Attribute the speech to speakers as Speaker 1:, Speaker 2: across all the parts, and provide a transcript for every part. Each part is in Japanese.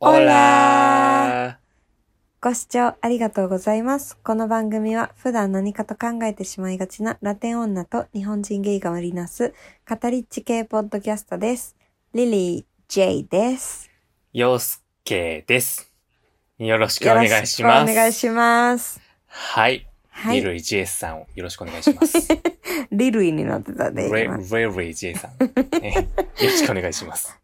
Speaker 1: オ
Speaker 2: ラ
Speaker 1: ご視聴ありがとうございます。この番組は普段何かと考えてしまいがちなラテン女と日本人ゲイが織りなすカタリッチ系ポッドキャストです。リリー J です。
Speaker 2: 陽介です。よろしくお願いします。
Speaker 1: よろしくお願いします。
Speaker 2: はい。
Speaker 1: は
Speaker 2: リ
Speaker 1: い。
Speaker 2: ルイ JS さんをよろしくお願いし ます。
Speaker 1: リルイになってた
Speaker 2: レ
Speaker 1: ね。
Speaker 2: レ
Speaker 1: 今
Speaker 2: ルイ J さん、ねよろしくお願いします。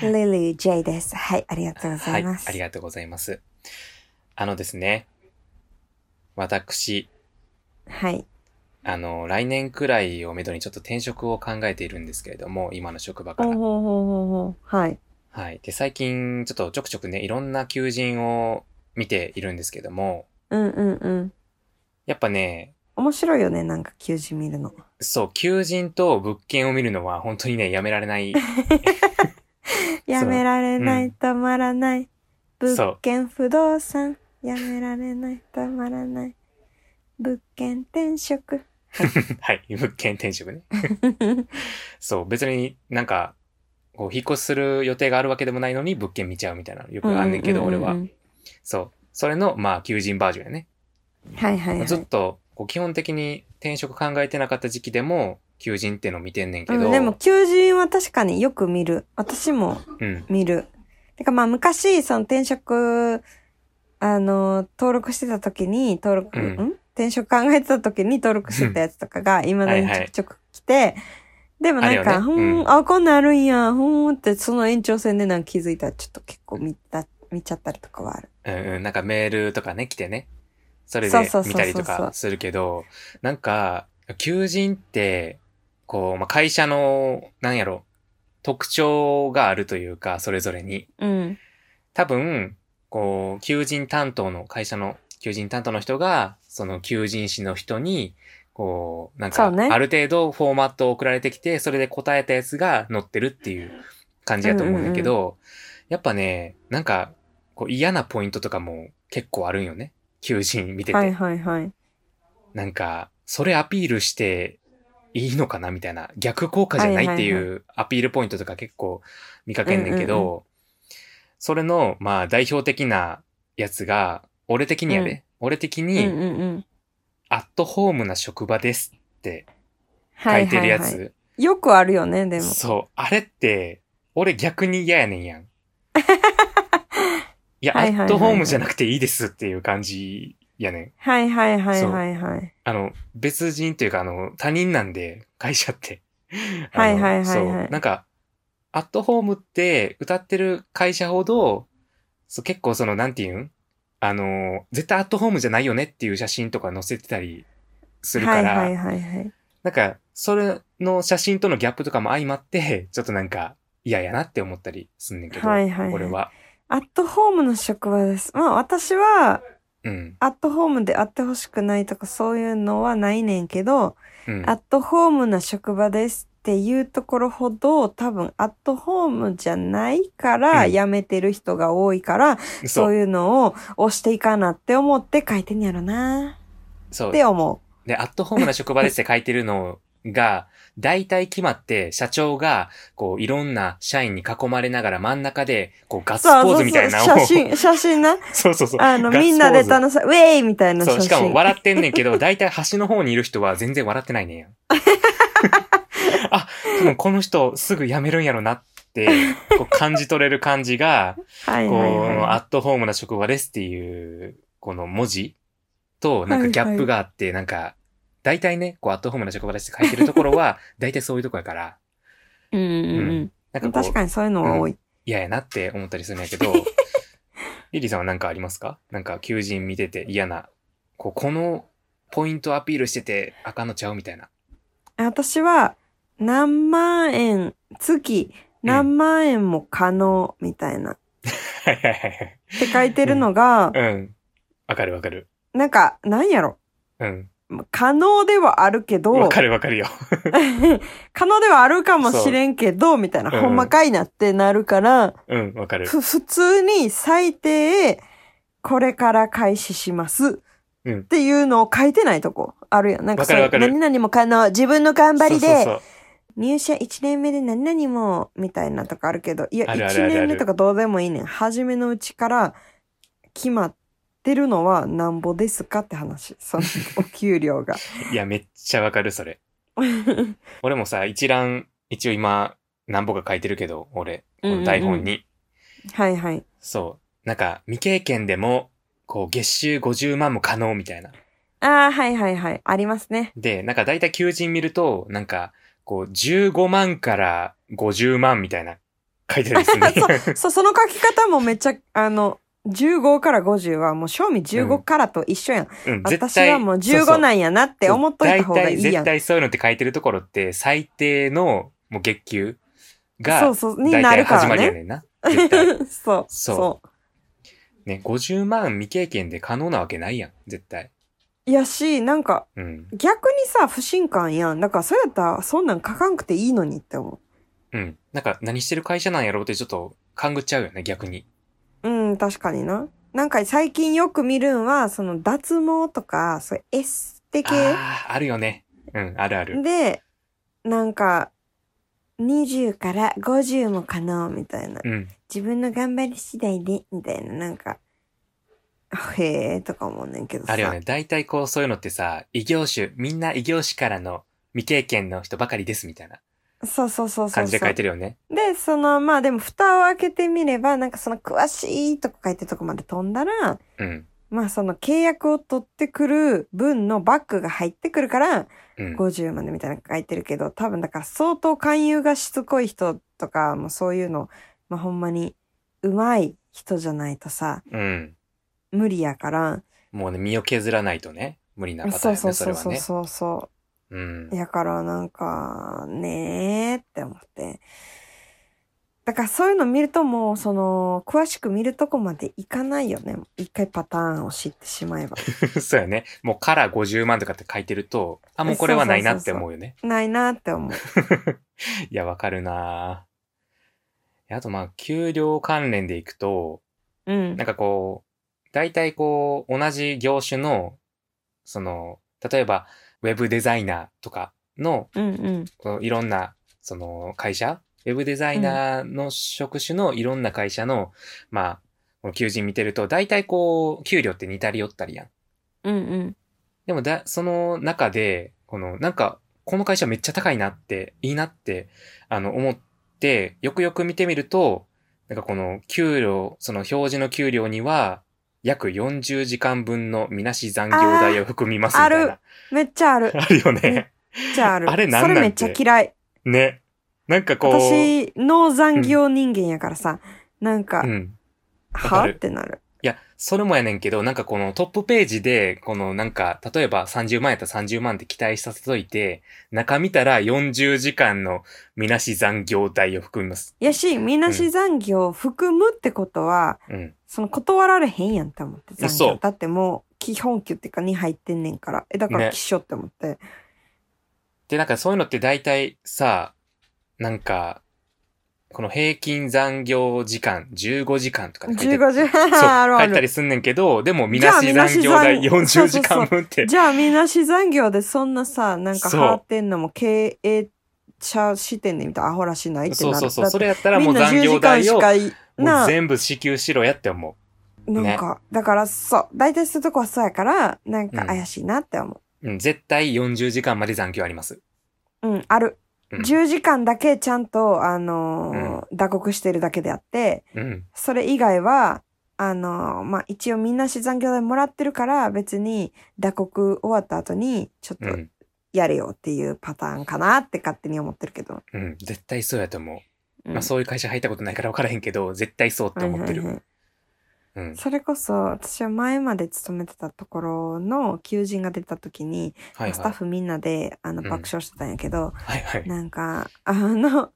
Speaker 1: リリー J です。はい。ありがとうござ
Speaker 2: はいい。
Speaker 1: ます。
Speaker 2: ありがとうございます。あのですね。私、
Speaker 1: はい。
Speaker 2: あの、来年くらいをめどにちょっと転職を考えているんですけれども、今の職場か
Speaker 1: ほう
Speaker 2: ら。
Speaker 1: ほうほうほうほう。はい。
Speaker 2: はい。で、最近、ちょっとちょくちょくね、いろんな求人を見ているんですけども、
Speaker 1: うんうんうん。
Speaker 2: やっぱね、
Speaker 1: 面白いよね。なんか求人見るの。
Speaker 2: そう、求人と物件を見るのは本当にね、やめられない。
Speaker 1: やめられない、
Speaker 2: うん
Speaker 1: 止まらない。
Speaker 2: そう
Speaker 1: 物件不動産。やめられない、止まらない。物件転職。
Speaker 2: はい、物件転職ね。そう、別になんか、こう、引っ越しする予定があるわけでもないのに物件見ちゃうみたいな、よくあんねんけど、
Speaker 1: うう
Speaker 2: 俺
Speaker 1: う
Speaker 2: は。。そう。それの、まあ、求人バージョンやね。
Speaker 1: はいはいはい。
Speaker 2: ずっと、こう、基本的に転職考えてなかった時期でも、求人っての見てんねんけ
Speaker 1: う
Speaker 2: ど。
Speaker 1: んでも、求人は確かによく見る。私も
Speaker 2: うん。
Speaker 1: 見る。てかまあ昔、その転職、あの、登録してた時に、登録、
Speaker 2: うん
Speaker 1: ん転職考えてた時に登録してたやつとかが、未だにちょくちょく来て、でもなん
Speaker 2: あ
Speaker 1: か、
Speaker 2: る
Speaker 1: ふ
Speaker 2: よね
Speaker 1: ー
Speaker 2: うん
Speaker 1: ん、あ、こんなんあるんや、ふーんって、その延長線でなんか気づいたら、ちょっと結構見た、見ちゃったりとかはある。
Speaker 2: うんうん、なんかメールとかね、来てね。それ
Speaker 1: そう
Speaker 2: で
Speaker 1: そうそうそうそう
Speaker 2: 見たりとかするけど、なんか、求人って、こう、まあ、会社の、なんやろ、特徴があるというか、それぞれに。
Speaker 1: うん。
Speaker 2: 多分、こう、求人担当の、会社の求人担当の人が、その求人誌の人に、こう、なんか、
Speaker 1: そうね
Speaker 2: ある程度フォーマットを送られてきて、それで答えたやつが載ってるっていう感じだと思うんだけど、やっぱね、なんか、こう嫌なポイントとかも結構あるんよね。求人見てて。
Speaker 1: はいはいはい。
Speaker 2: なんか、それアピールしていいのかなみたいな、逆効果じゃないって
Speaker 1: はいはい
Speaker 2: いうアピールポイントとか結構見かけんねんけど、
Speaker 1: うん
Speaker 2: それの、まあ代表的なやつが、俺的にやで、
Speaker 1: うん
Speaker 2: 俺的
Speaker 1: うん
Speaker 2: に、
Speaker 1: うんうん。
Speaker 2: アットホームな職場ですって書
Speaker 1: はい
Speaker 2: てるやつ。
Speaker 1: ははよくあるよね、でも。
Speaker 2: そう、あれって、俺逆に嫌やねん やん。いや、
Speaker 1: はいはいはいはい
Speaker 2: アットホームじゃなくていいですっていう感じやねん。
Speaker 1: はいはいはいはいはい。
Speaker 2: あの、別人というか、あの、他人なんで、 会社って。あの
Speaker 1: はいはいはいはい
Speaker 2: そう。なんか、アットホームって歌ってる会社ほど、そう結構その、なんていうんあの、絶対アットホームじゃないよねっていう写真とか載せてたりする
Speaker 1: は
Speaker 2: か
Speaker 1: い
Speaker 2: ら、
Speaker 1: はいはいはい。
Speaker 2: なんか、それの写真とのギャップとかも相まって、 ちょっとなんか、嫌やなって思ったりすんねんけど、
Speaker 1: はいはいはい
Speaker 2: 俺は。
Speaker 1: アットホームの職場です。まあ私は、
Speaker 2: うん。
Speaker 1: アットホームであってほしくないとかそういうのはないねんけど、
Speaker 2: うん。
Speaker 1: アットホームな職場ですっていうところほど多分アットホームじゃないから
Speaker 2: うん
Speaker 1: 辞めてる人が多いから、
Speaker 2: そ
Speaker 1: そう
Speaker 2: う。
Speaker 1: いうのを押していかなって思って書いてんやろな
Speaker 2: そう
Speaker 1: って思
Speaker 2: で、アットホームな職場ですって書いてるのが、大体決まって、社長が、こう、いろんな社員に囲まれながら真ん中で、こう、ガッ
Speaker 1: う。
Speaker 2: ツポーズみたいなのを。
Speaker 1: 写真、写真な。
Speaker 2: そうそうそう。
Speaker 1: あの、
Speaker 2: ガッツポーズ
Speaker 1: みんなで楽しさ、ウェイみたいな写
Speaker 2: そう、
Speaker 1: 真。
Speaker 2: しかも笑ってんねんけど、大体端の方にいる人は全然笑ってないねん や。あ、多分この人すぐ辞めるんやろなって、こう感じ取れる感じが、
Speaker 1: はい
Speaker 2: こ
Speaker 1: は
Speaker 2: う、
Speaker 1: いはい、
Speaker 2: アットホームな職場ですっていう、この文字と、なん
Speaker 1: はいは
Speaker 2: か
Speaker 1: い
Speaker 2: ギャップがあって、なんか、大体ね、こう、アットホームな職場ですって書いてるところ は、大体そういうとこやから、
Speaker 1: うんうん
Speaker 2: な
Speaker 1: うんん。
Speaker 2: かこ
Speaker 1: 確
Speaker 2: う、
Speaker 1: かにそういうのは多い。
Speaker 2: 嫌やなって思ったりするんやけど、 リリーさんは何かありますかなんか、求人見てて嫌な、こう、このポイントアピールしてて、あかんのちゃうみたいな。
Speaker 1: 私は何万円、月何万円も可能みたいな、
Speaker 2: はいはいはい
Speaker 1: って書いてるの
Speaker 2: は
Speaker 1: が、
Speaker 2: い。うん。わかるわかる。
Speaker 1: なんか、なんやろ。
Speaker 2: うん。
Speaker 1: 可能ではあるけど
Speaker 2: わ、かるわかるよ。
Speaker 1: 可能ではあるかもしれんけど、みたいな、
Speaker 2: うん
Speaker 1: ほんまかいなってなるから、
Speaker 2: うん、わかる。
Speaker 1: ふ普通に最低、これから開始します。
Speaker 2: うん
Speaker 1: っていうのを書いてないとこあるやん。なんか
Speaker 2: わかるわかる
Speaker 1: そう何々も可能、自分の頑張りで、
Speaker 2: そうそうそう
Speaker 1: 入社1年目で何々も、みたいなとかあるけど、いや、
Speaker 2: あるあるあるあ
Speaker 1: 1
Speaker 2: る
Speaker 1: 年目とかどうでもいいねん。初めのうちから決まってるのはなんぼですかって話。そ の、お給料が。
Speaker 2: いや、めっちゃわかる、それ。俺もさ、一覧、一応今、何本か書いてるけど、俺、この台本に。
Speaker 1: はいはい。
Speaker 2: そう。なんか、未経験でも、こう、月収50万も可能みたいな。
Speaker 1: ああ、はいはいはい。ありますね。
Speaker 2: で、なんか大体求人見ると、なんか、こう、15万から50万みたいな、書いてあるんですね。
Speaker 1: そ、その書き方もめっちゃ、あの、15から50はもう賞味15からと一緒やん。
Speaker 2: うん、絶対。
Speaker 1: 私はもう15なんやなって思っといた方がいい
Speaker 2: 大体
Speaker 1: や
Speaker 2: 絶
Speaker 1: ん。
Speaker 2: 対そういうのって書いてるところって、最低の、もう月給が、
Speaker 1: そうそう、に
Speaker 2: 大
Speaker 1: な
Speaker 2: 体
Speaker 1: るか
Speaker 2: 始まり
Speaker 1: ら
Speaker 2: や
Speaker 1: ね。
Speaker 2: ねんな。絶対
Speaker 1: そう。
Speaker 2: そう
Speaker 1: そう。
Speaker 2: ね、50万未経験で可能なわけないやん、絶対。
Speaker 1: いやし、なんか
Speaker 2: うん。
Speaker 1: 逆にさ、不信感やん。だからそうやったらそんなん書かんくていいのにって思
Speaker 2: うん。なんか、何してる会社なんやろうってちょっと、勘ぐっちゃうよね、逆に。
Speaker 1: う。うん、確かにな。なんか最近よく見るんは、その脱毛とか、そうエステ系
Speaker 2: ああ、あるよね。うん、あるある。
Speaker 1: で、なんか、20から50も可能みたいな。
Speaker 2: うん。
Speaker 1: 自分の頑張り次第で、みたいな、なんか、へえーとか思うねんけどさ。
Speaker 2: あるよね。大体こう、そういうのってさ、異業種、みんな異業種からの未経験の人ばかりです、みたいな
Speaker 1: そうそうそうそうそう。
Speaker 2: 感じで書いてるよね。
Speaker 1: で、その、まあでも、蓋を開けてみれば、なんかその詳しいとこ書いてるとこまで飛んだら、
Speaker 2: うん。
Speaker 1: まあその契約を取ってくる分のバックが入ってくるから、
Speaker 2: うん。
Speaker 1: 50までみたいなの書いてるけど、多分だから相当勧誘がしつこい人とか、もうそういうの、まあほんまに、うまい人じゃないとさ、
Speaker 2: うん。
Speaker 1: 無理やから、
Speaker 2: もうね、身を削らないとね、無理なパター
Speaker 1: そ
Speaker 2: ン
Speaker 1: う
Speaker 2: よ
Speaker 1: そう
Speaker 2: ね、そ
Speaker 1: そ
Speaker 2: れ
Speaker 1: う
Speaker 2: は
Speaker 1: そ
Speaker 2: ね。
Speaker 1: うそうそう。
Speaker 2: うん。
Speaker 1: やからなんか、ねーって思って。だからそういうの見るともう、その、詳しく見るとこまでいかないよね。一回パターンを知ってしまえば。
Speaker 2: そうよね。もう、から50万とかって書いてると、あ、もうこれはないなって思うよね。
Speaker 1: ないなーって思う。
Speaker 2: いや、わかるなぁ。あと、まあ、給料関連でいくと、
Speaker 1: うん
Speaker 2: なん。かこう、大体こう、同じ業種の、その、例えば、ウェブデザイナーとかの、
Speaker 1: うんうん。
Speaker 2: こういろんな、その、会社、ウェブデザイナーの職種のいろんな会社の、まあ、この求人見てると、大体こう、給料って似たり寄ったりやん。
Speaker 1: うんうん。
Speaker 2: でもだ、その中で、この、なんか、この会社めっちゃ高いなって、いいなって、あの、思って、よくよく見てみると、なんかこの、給料、その表示の給料には、約40時間分のみなし残業代を含みますみたいな。
Speaker 1: めっちゃあ る。め
Speaker 2: あるよね。
Speaker 1: っちゃある。
Speaker 2: あれなんなんて
Speaker 1: それめっちゃ嫌い。
Speaker 2: ね。なんかこう、
Speaker 1: 私、脳残業人間やからさ、なんか、
Speaker 2: うん。
Speaker 1: は
Speaker 2: かる
Speaker 1: ってなる。
Speaker 2: いや、それもやねんけど、なんかこのトップページで、このなんか、例えば30万やったら30万って期待させといて、中見たら40時間のみなし残業代を含みます。
Speaker 1: やし、みなし残業を含むってことは、
Speaker 2: うん。
Speaker 1: その断られへんやんって思って残業
Speaker 2: そう
Speaker 1: だってもう基本給っていうかに入ってんねんからえだから
Speaker 2: ね
Speaker 1: きっしょって思って、
Speaker 2: で、なんかそういうのって大体さ、なんか、この平均残業時間15時間とかで書いて
Speaker 1: 15時
Speaker 2: そう
Speaker 1: あるあ
Speaker 2: 書いてた
Speaker 1: る
Speaker 2: りすんねんけど、でもみ
Speaker 1: じゃ
Speaker 2: な
Speaker 1: あ
Speaker 2: し残業代
Speaker 1: みなし残
Speaker 2: 40時間分って。
Speaker 1: じゃあみなし残業でそんなさなんか
Speaker 2: そう
Speaker 1: 払ってんのも経営者視点で見たらアホらしないって
Speaker 2: そ
Speaker 1: な
Speaker 2: う
Speaker 1: る
Speaker 2: そうそう。それやった
Speaker 1: だ
Speaker 2: ら
Speaker 1: って
Speaker 2: も
Speaker 1: み
Speaker 2: うん
Speaker 1: な
Speaker 2: 残
Speaker 1: 10
Speaker 2: 業
Speaker 1: 時間
Speaker 2: 代
Speaker 1: し
Speaker 2: を
Speaker 1: かい
Speaker 2: も
Speaker 1: な
Speaker 2: う全部支給しろやって思う。
Speaker 1: なんか、だからそう大体そういうとこはそうやからなん
Speaker 2: う
Speaker 1: か
Speaker 2: ん
Speaker 1: 怪しいなって思
Speaker 2: うん、絶対40時間まで残業あります。
Speaker 1: ううん、ある、
Speaker 2: うん
Speaker 1: 10時間だけちゃんとあのー打刻してるだけであって
Speaker 2: うん。
Speaker 1: それ以外は、あの、まあ、一応みんなし残業代もらってるから、別に打刻終わった後に、ちょっ
Speaker 2: う
Speaker 1: と
Speaker 2: ん。
Speaker 1: やれよっていうパターンかなって勝手に思ってるけど。
Speaker 2: うん。絶対そうやと思う。
Speaker 1: うん
Speaker 2: まあそういう会社入ったことないから分からへんけど、絶対そうって思って
Speaker 1: はい
Speaker 2: る。
Speaker 1: はいはい
Speaker 2: うん。
Speaker 1: それこそ、私は前まで勤めてたところの求人が出た時に、
Speaker 2: はい
Speaker 1: スタッ
Speaker 2: は
Speaker 1: フみんなで、あの、
Speaker 2: うん
Speaker 1: 爆笑してたんやけど
Speaker 2: い。、はいはい。
Speaker 1: なんか、あの、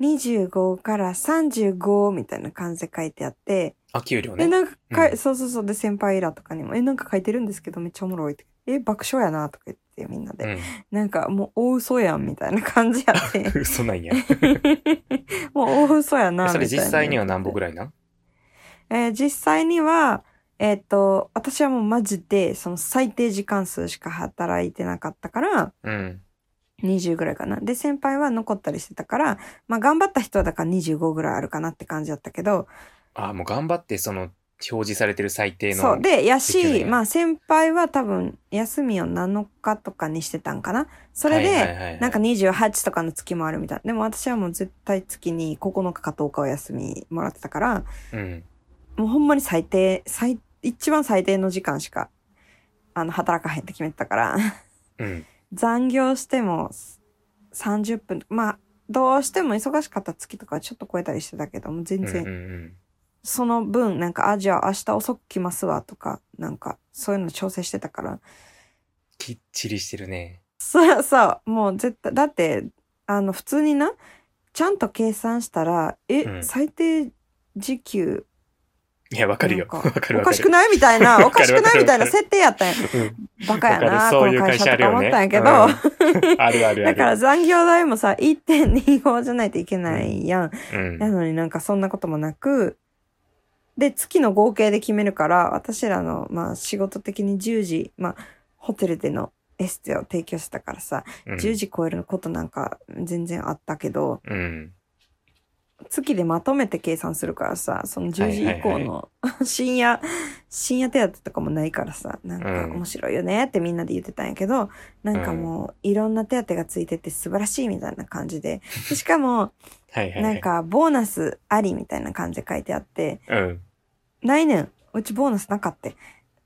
Speaker 1: 25から35みたいな感じで書いてあって、
Speaker 2: あ、給料
Speaker 1: え、
Speaker 2: ね。
Speaker 1: なんかかい、
Speaker 2: うん
Speaker 1: そうそうそう。で、先輩らとかにも、え、なんか書いてるんですけど、めっちゃおもろいって。え、爆笑やな、とか言って、みんな
Speaker 2: う
Speaker 1: で。
Speaker 2: ん。
Speaker 1: なんか、もう、大嘘やん、みたいな感じ やって。
Speaker 2: 嘘なんや。
Speaker 1: もう、大嘘や な、みた
Speaker 2: そ
Speaker 1: いな。
Speaker 2: れ実際には何歩ぐらいなん
Speaker 1: えー実際には、えーっと、私はもうマジで、その最低時間数しか働いてなかったから、
Speaker 2: うん。
Speaker 1: 20ぐらいかな。で、先輩は残ったりしてたから、まあ頑張った人はだから25ぐらいあるかなって感じだったけど、
Speaker 2: あ、もう頑張って、その、表示されてる最低の。
Speaker 1: そう。で、や
Speaker 2: できるね
Speaker 1: し、まあ先輩は多分休みを7日とかにしてたんかな。それ
Speaker 2: はいはいはいは
Speaker 1: で
Speaker 2: い、
Speaker 1: なんか28とかの月もあるみたい。でも私はもう絶対月に9日か10日を休みもらってたから、
Speaker 2: うん。
Speaker 1: もうほんまに最低、最、一番最低の時間しか、あの、働かへんって決めてたから。
Speaker 2: うん。
Speaker 1: 残業しても30分とかまあどうしても忙しかった月とかはちょっと超えたりしてたけどもう全
Speaker 2: うんうん
Speaker 1: 然、
Speaker 2: うん。
Speaker 1: その分なんか「あじゃあ明日遅く来ますわ」とかなんかそういうの調整してたから
Speaker 2: きっちりしてるね。
Speaker 1: そうそうもう絶対だってあの普通になちゃんと計算したらえ、
Speaker 2: うん
Speaker 1: 最低時給
Speaker 2: いや、わかるよ。
Speaker 1: な
Speaker 2: わか
Speaker 1: ん
Speaker 2: るわかる。
Speaker 1: おかしくないみたいなお
Speaker 2: わか
Speaker 1: か
Speaker 2: る
Speaker 1: しくないみたいな
Speaker 2: わか
Speaker 1: 設定やったん や
Speaker 2: うん
Speaker 1: バカや
Speaker 2: わか
Speaker 1: な
Speaker 2: る
Speaker 1: こ
Speaker 2: そう
Speaker 1: の
Speaker 2: いう
Speaker 1: 会
Speaker 2: 会
Speaker 1: 社
Speaker 2: 社あ
Speaker 1: と
Speaker 2: る
Speaker 1: か
Speaker 2: よ
Speaker 1: 思
Speaker 2: ね。
Speaker 1: ったんやけど、
Speaker 2: うんあるあるあ
Speaker 1: だ
Speaker 2: る。
Speaker 1: から残業代もさ1.25じゃないといけないやん
Speaker 2: うん
Speaker 1: なのになんかそんなこともなく、で、月の合計で決めるから、私らの、まあ仕事的に10時、まあホテルでのエステを提供してたからさ、
Speaker 2: うん
Speaker 1: 10時超えることなんか全然あったけど、
Speaker 2: うん。
Speaker 1: 月でまとめて計算するからさ、その10時以降
Speaker 2: はいはい
Speaker 1: の 深夜、深夜手当とかもないからさ、なんか
Speaker 2: うん
Speaker 1: 面白いよねってみんなで言ってたんやけど、なんかもういろんな手当がついてて素晴らしいみたいな感じで、でしかも、
Speaker 2: はいはいはい。
Speaker 1: なんか、ボーナスありみたいな感じで書いてあって、
Speaker 2: うん。
Speaker 1: ないねん。うちボーナスなかって。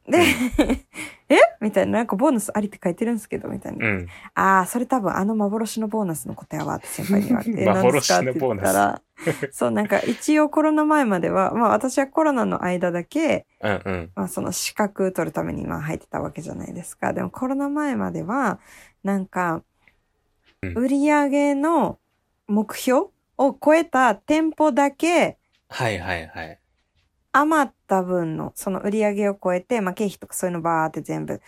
Speaker 1: で、 えみたいな、なんかボーナスありって書いてるんですけど、みたいな。
Speaker 2: うん。
Speaker 1: ああ、それ多分あの幻のボーナスのことやわって先輩に言 われて。
Speaker 2: 幻の
Speaker 1: 何ですかって言ったらそう、なんか一応コロナ前までは、まあ私はコロナの間だけ、
Speaker 2: うんうん。
Speaker 1: まあその資格取るためにまあ入ってたわけじゃないですか。でもコロナ前までは、なんか、
Speaker 2: うん
Speaker 1: 売り上げの目標を超えた店舗だけ、
Speaker 2: はいはいはい。
Speaker 1: 余った分の、その売り上げを超えて、まあ、経費とかそういうのバーって全部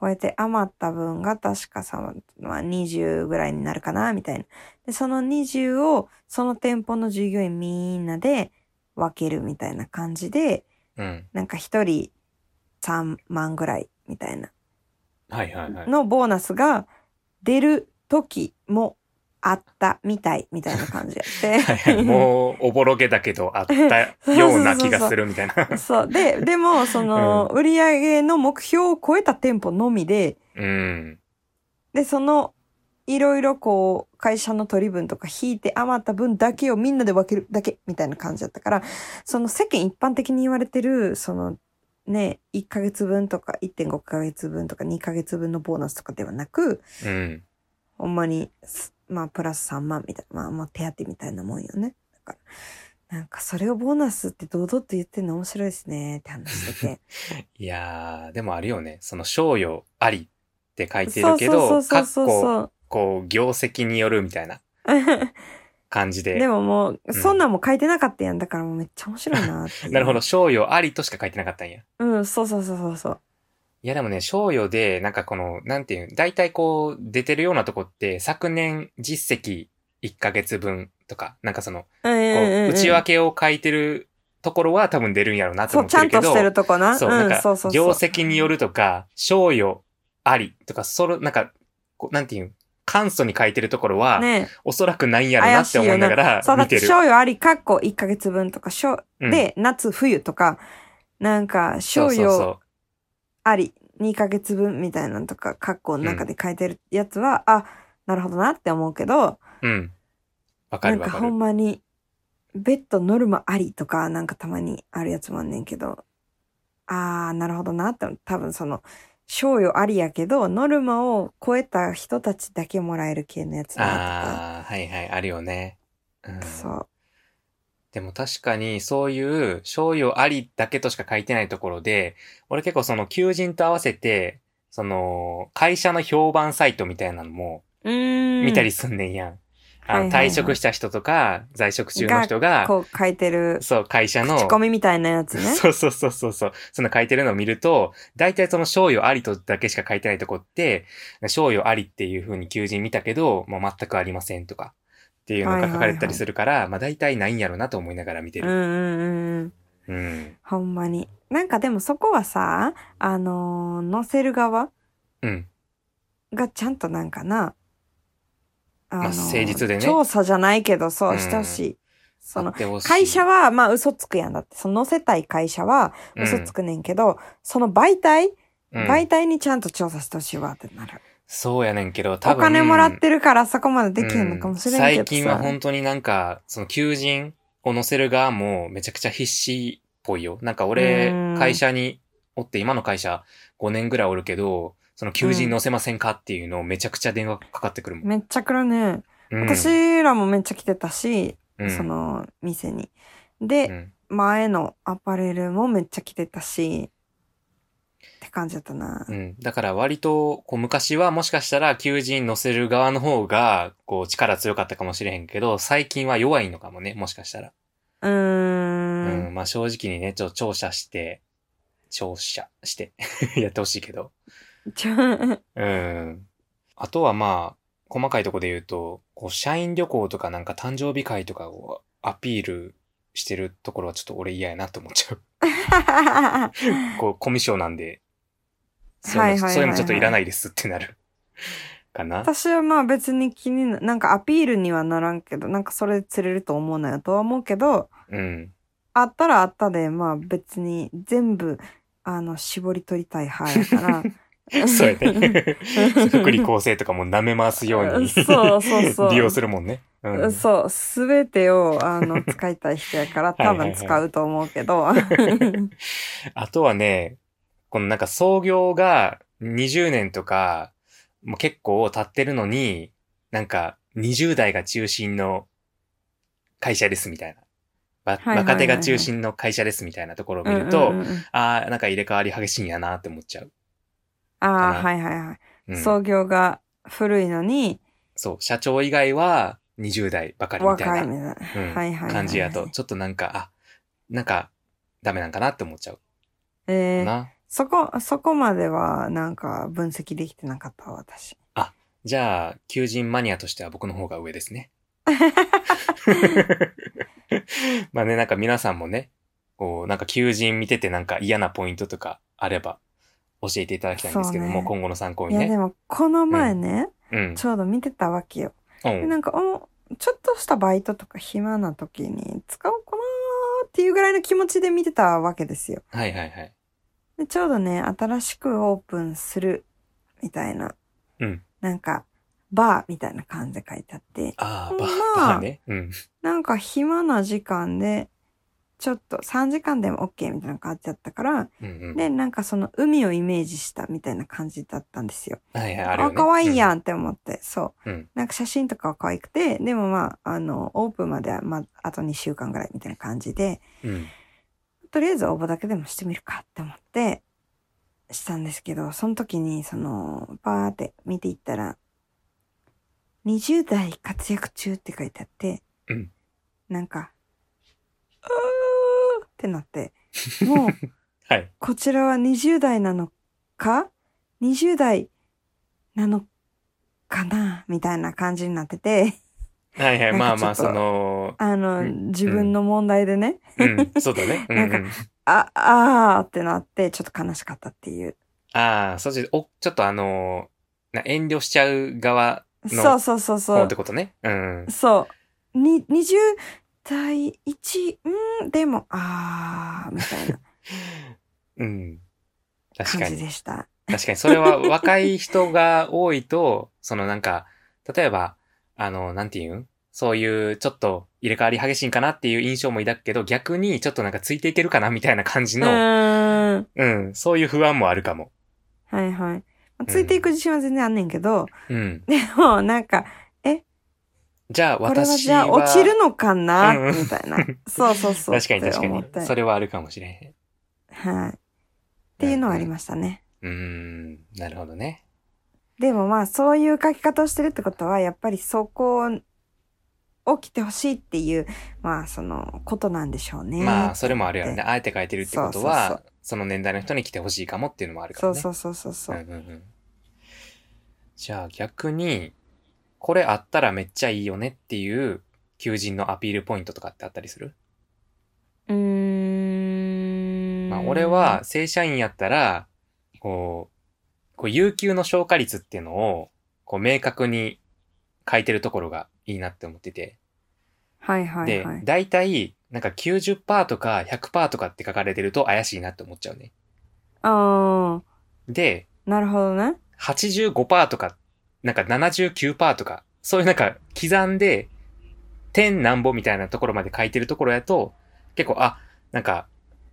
Speaker 1: 超えて、余った分が確かさ、まあ、20ぐらいになるかな、みたいな。で、その20を、その店舗の従業員みんなで分けるみたいな感じで、
Speaker 2: うん。
Speaker 1: なんか一人3万ぐらい、みたいな、
Speaker 2: はいはいはい。
Speaker 1: のボーナスが出る時もあったみたい、みたいな感じやって。
Speaker 2: はい はい。もう、おぼろげだけど、あったような気がするみたいな。
Speaker 1: そう。で、でも、その、売り上げの目標を超えた店舗のみで、
Speaker 2: うん。
Speaker 1: で、その、いろいろこう、会社の取り分とか引いて余った分だけをみんなで分けるだけ、みたいな感じだったから、その世間一般的に言われてる、その、ね、1ヶ月分とか1.5ヶ月分とか2ヶ月分のボーナスとかではなく、
Speaker 2: うん。
Speaker 1: ほんまにす、まあ、プラス3万みたいな、まあ、まあ、手当みたいなもんよね。だから、なんか、それをボーナスって堂々と言ってるの面白いですね、って話して て。
Speaker 2: いやー、でもあるよね。その、賞与ありって書いてるけど、かっこ、
Speaker 1: う。
Speaker 2: こう、業績によるみたいな感じで。
Speaker 1: でももう、
Speaker 2: ん
Speaker 1: そんなんも書いてなかったやん。だからもうめっちゃ面白いなってい う
Speaker 2: なるほど、。賞与ありとしか書いてなかったんや。
Speaker 1: うん、そうそうそうそうそう。
Speaker 2: いやでもね、賞与で、なんかこの、なんていう、大体こう、出てるようなとこって、昨年実績1ヶ月分とか、なんかその、こ
Speaker 1: うん
Speaker 2: う、
Speaker 1: うんうん、
Speaker 2: 内訳を書いてるところは多分出るんやろうなと
Speaker 1: そ
Speaker 2: 思
Speaker 1: う、
Speaker 2: っ
Speaker 1: ち
Speaker 2: て
Speaker 1: ゃ
Speaker 2: る
Speaker 1: ん
Speaker 2: け
Speaker 1: と
Speaker 2: ど、
Speaker 1: してるとこな。
Speaker 2: そう、なん
Speaker 1: ん、そ
Speaker 2: か
Speaker 1: うそうそ、う
Speaker 2: 業績によるとか、賞与ありとか、その、なんか、こうなんていう、簡素に書いてるところは、
Speaker 1: ね
Speaker 2: おそらくないんやろうな
Speaker 1: 怪
Speaker 2: っ
Speaker 1: してい
Speaker 2: 思
Speaker 1: よ
Speaker 2: いなが
Speaker 1: な。
Speaker 2: ら
Speaker 1: そうだ
Speaker 2: 見
Speaker 1: ってて、
Speaker 2: る。
Speaker 1: 賞与あり、かっこ1ヶ月分とか、賞、
Speaker 2: うん、
Speaker 1: で、夏、冬とか、なんか、
Speaker 2: そ
Speaker 1: 賞
Speaker 2: うそう
Speaker 1: 与
Speaker 2: そ
Speaker 1: あり、2ヶ月分みたいなのとか、カッコの中で書いてるやつは、あ、なるほどなって思うけど、
Speaker 2: う。うん。わか
Speaker 1: な
Speaker 2: る
Speaker 1: ん
Speaker 2: わ
Speaker 1: か
Speaker 2: か
Speaker 1: ほ
Speaker 2: る
Speaker 1: ん。まに、ベッドノルマありとか、なんかたまにあるやつもあんねんけど、あー、なるほどなって、多分その、賞与ありやけど、ノルマを超えた人たちだけもらえる系のやつだ
Speaker 2: ああ、はいはい、あるよね。うん
Speaker 1: とか、そう。
Speaker 2: でも確かにそういう、賞与ありだけとしか書いてないところで、俺結構その求人と合わせて、その、会社の評判サイトみたいなのも
Speaker 1: うーん。
Speaker 2: 見たりすんねんやん。あ
Speaker 1: は
Speaker 2: の、
Speaker 1: いはいはい
Speaker 2: 退職した人とか、在職中の人が、
Speaker 1: こう書いてる、
Speaker 2: そう、会社の、
Speaker 1: 口コミみたいなやつね。
Speaker 2: そうそうそうそうそう、その書いてるのを見ると、大体その賞与ありとだけしか書いてないとこって、賞与ありっていう風に求人見たけど、もう全くありませんとか、っていうのが書かれてたりするから、まあ大体ないんやろなと思いながら見て
Speaker 1: うんう
Speaker 2: る。
Speaker 1: んうんうん。
Speaker 2: うん
Speaker 1: ほんまに。なんかでもそこはさ、あのー載せる側
Speaker 2: うん。
Speaker 1: がちゃんとなんかな、あの
Speaker 2: まあ誠実でね
Speaker 1: 調査じゃないけど、そうう、
Speaker 2: ん
Speaker 1: してほしい。その、会
Speaker 2: 会
Speaker 1: 社は、まあ嘘つくやんだって。その載せたい会社は嘘つくねんけど、その媒体、媒体にちゃんと調査してほしいわってなる。
Speaker 2: そうやねんけど、多
Speaker 1: お
Speaker 2: 分。
Speaker 1: 金もらってるからそこまでできへんのかもしれんけどさ、
Speaker 2: うん最近は本当になんか、その求人を載せる側もめちゃくちゃ必死っぽいよ。なんか俺
Speaker 1: うん、
Speaker 2: 会社におって、今の会社5年ぐらいおるけど、その求人載せませんかっていうのをめちゃくちゃ電話かかってくるもん。
Speaker 1: めっちゃ来るね。
Speaker 2: うん、
Speaker 1: 私らもめっちゃ来てたし、
Speaker 2: うん、
Speaker 1: その店に。で
Speaker 2: う、ん
Speaker 1: 前のアパレルもめっちゃ着てたし、って感じだったな
Speaker 2: う。ん。だから割と、こう昔はもしかしたら求人載せる側の方が、こう力強かったかもしれへんけど、最近は弱いのかもね、もしかしたら。
Speaker 1: うー。
Speaker 2: うんん、まあ正直にね、ちょ、調査して、調査して やってほしいけど。
Speaker 1: ちょ。
Speaker 2: うん。あとはまあ、細かいとこで言うと、こう、社員旅行とかなんか誕生日会とかをアピールしてるところはちょっと俺嫌やなって思っちゃう。こう、コミュ障なんで、そういうのそういうのちょっといらないいですってなる。かな。
Speaker 1: 私はまあ別に気にな、なんかアピールにはならんけど、なんかそれ釣れると思うなよとは思うけど、
Speaker 2: うん。
Speaker 1: あったらあったで、まあ別に全部、あの、絞り取りたい派やから。
Speaker 2: そうやね。福利厚生とかも舐め回すように。
Speaker 1: そうそうそ う
Speaker 2: 利用するもんね。うん。
Speaker 1: そう、すべてを、あの、使いたい人やから、
Speaker 2: いは
Speaker 1: 多
Speaker 2: いはい
Speaker 1: 分使うと思う けど。
Speaker 2: あとはね、このなんか創業が20年とか、もう結構経ってるのに、なんか20代が中心の会社ですみたいな。わ
Speaker 1: はいはいはいはい
Speaker 2: 若手が中心の会社ですみたいなところを見る
Speaker 1: うんう
Speaker 2: と、
Speaker 1: んうん
Speaker 2: ああ、なんか入れ替わり激しいんやなって思っちゃう。
Speaker 1: ああ、
Speaker 2: かな
Speaker 1: はいはいはい。
Speaker 2: うん
Speaker 1: 創業が古いのに、
Speaker 2: そう、社長以外は20代ばかりみたいな。
Speaker 1: 若いみたいな。
Speaker 2: うん
Speaker 1: はいはいはいはい
Speaker 2: 感じやと、ちょっとなんか、あ、なんか、ダメなんかなって思っちゃう
Speaker 1: えー、
Speaker 2: な。
Speaker 1: そこ、そこまでは、なんか、分析できてなかったわ、私。
Speaker 2: じゃあ、求人マニアとしては僕の方が上です ね。まあね、なんか皆さんもね、こう、なんか求人見ててなんか嫌なポイントとかあれば教えていただきたいんですけど
Speaker 1: そう
Speaker 2: も、
Speaker 1: ね
Speaker 2: 今後の参考
Speaker 1: い
Speaker 2: に
Speaker 1: や、で
Speaker 2: ね。
Speaker 1: も、この前ね、
Speaker 2: うん。
Speaker 1: ちょうど見てたわけよ。
Speaker 2: う
Speaker 1: で、
Speaker 2: ん
Speaker 1: なんか、お、ちょっとしたバイトとか暇な時に使おうかなーっていうぐらいの気持ちで見てたわけですよ。
Speaker 2: はいはいはい。
Speaker 1: で、ちょうどね、新しくオープンする、みたいな。
Speaker 2: うん
Speaker 1: なんか、バーみたいな感じで書いてあって。
Speaker 2: ああ、
Speaker 1: ほん
Speaker 2: ば、
Speaker 1: ま
Speaker 2: ばね。うん。
Speaker 1: なんか暇な時間で、ちょっと3時間でも OK みたいな感じだったから、
Speaker 2: うんうん。
Speaker 1: で、なんかその海をイメージしたみたいな感じだったんですよ。
Speaker 2: はいはい、あ
Speaker 1: あ、
Speaker 2: るよね。
Speaker 1: 可愛いや
Speaker 2: ん。
Speaker 1: んって思って、そう。
Speaker 2: うん
Speaker 1: なんか写真とかは可愛くて、でもまあ、あの、オープンまではまあ、あと2週間ぐらいみたいな感じで、
Speaker 2: うん。
Speaker 1: とりあえず応募だけでもしてみるかって思って、したんですけど、その時に、その、バーって見ていったら、20代活躍中って書いてあって、
Speaker 2: うん
Speaker 1: なんか、うーってなって、もう、
Speaker 2: はい。
Speaker 1: こちらは20代なのか ?20 代なのかなみたいな感じになってて、
Speaker 2: はいはい、まあまあ、
Speaker 1: なんかちょっと
Speaker 2: その、
Speaker 1: あ
Speaker 2: う
Speaker 1: の、
Speaker 2: ん
Speaker 1: 自分の問題でね、
Speaker 2: うん、そうだね。うんう
Speaker 1: なん
Speaker 2: ん。
Speaker 1: あ、あーってなって、ちょっと悲しかったっていう。
Speaker 2: ああ、そっち、お、ちょっとあのーな遠慮しちゃう側の
Speaker 1: そうそうそうそ
Speaker 2: 方
Speaker 1: う
Speaker 2: って。ことね。うん。
Speaker 1: そう。に、20対1、うん、でも、あー、みたいな
Speaker 2: うん。 確か
Speaker 1: 感じ
Speaker 2: に。
Speaker 1: でした。
Speaker 2: 確かに。それは若い人が多いと、 そのなんか、例えば、あの、なんていうんそういう、ちょっと入れ替わり激しいんかなっていう印象も抱くけど、逆にちょっとなんかついていけるかなみたいな感じ
Speaker 1: う
Speaker 2: の、
Speaker 1: ーん。
Speaker 2: うん、そういう不安もあるかも。
Speaker 1: はいはい。まあついていく自信は全然あんねんけど、
Speaker 2: うん。
Speaker 1: でも、なんか、
Speaker 2: じゃあ
Speaker 1: これは
Speaker 2: 私
Speaker 1: じゃ
Speaker 2: は、
Speaker 1: あ落ちるのかな
Speaker 2: うん
Speaker 1: みたいな。そうそうそう。
Speaker 2: 確かに確
Speaker 1: って思っ
Speaker 2: か
Speaker 1: て
Speaker 2: に。それはあるかもしれへん。
Speaker 1: はい。っていうのはありましたね。
Speaker 2: うん、なるほどね。
Speaker 1: でもまあ、そういう書き方をしてるってことは、やっぱりそこを起きてほしいっていう、まあ、その、ことなんでしょうね。
Speaker 2: まあ、それもあるよ
Speaker 1: って
Speaker 2: ね。あえて書いてるってこと
Speaker 1: そうそう
Speaker 2: は、その年代の人に来てほしいかもっていうのもあるか
Speaker 1: そ
Speaker 2: ら
Speaker 1: う
Speaker 2: ね。
Speaker 1: そうそうそうそう。
Speaker 2: うんうんうんじゃあ逆に、これあったらめっちゃいいよねっていう求人のアピールポイントとかってあったりする、
Speaker 1: うーん。
Speaker 2: まあ、俺は、正社員やったら、こう、こう有給の消化率っていうのを、こう明確に書いてるところがいいなって思ってて。
Speaker 1: はいはいはい
Speaker 2: で、。大体、なんか90%とか100%とかって書かれてると怪しいなって思っちゃうね。
Speaker 1: ああ、
Speaker 2: で、
Speaker 1: なるほどね。
Speaker 2: 85%とか、なんか79%とか、そういうなんか刻んで、点なんぼみたいなところまで書いてるところやと、結構、あ、なんか、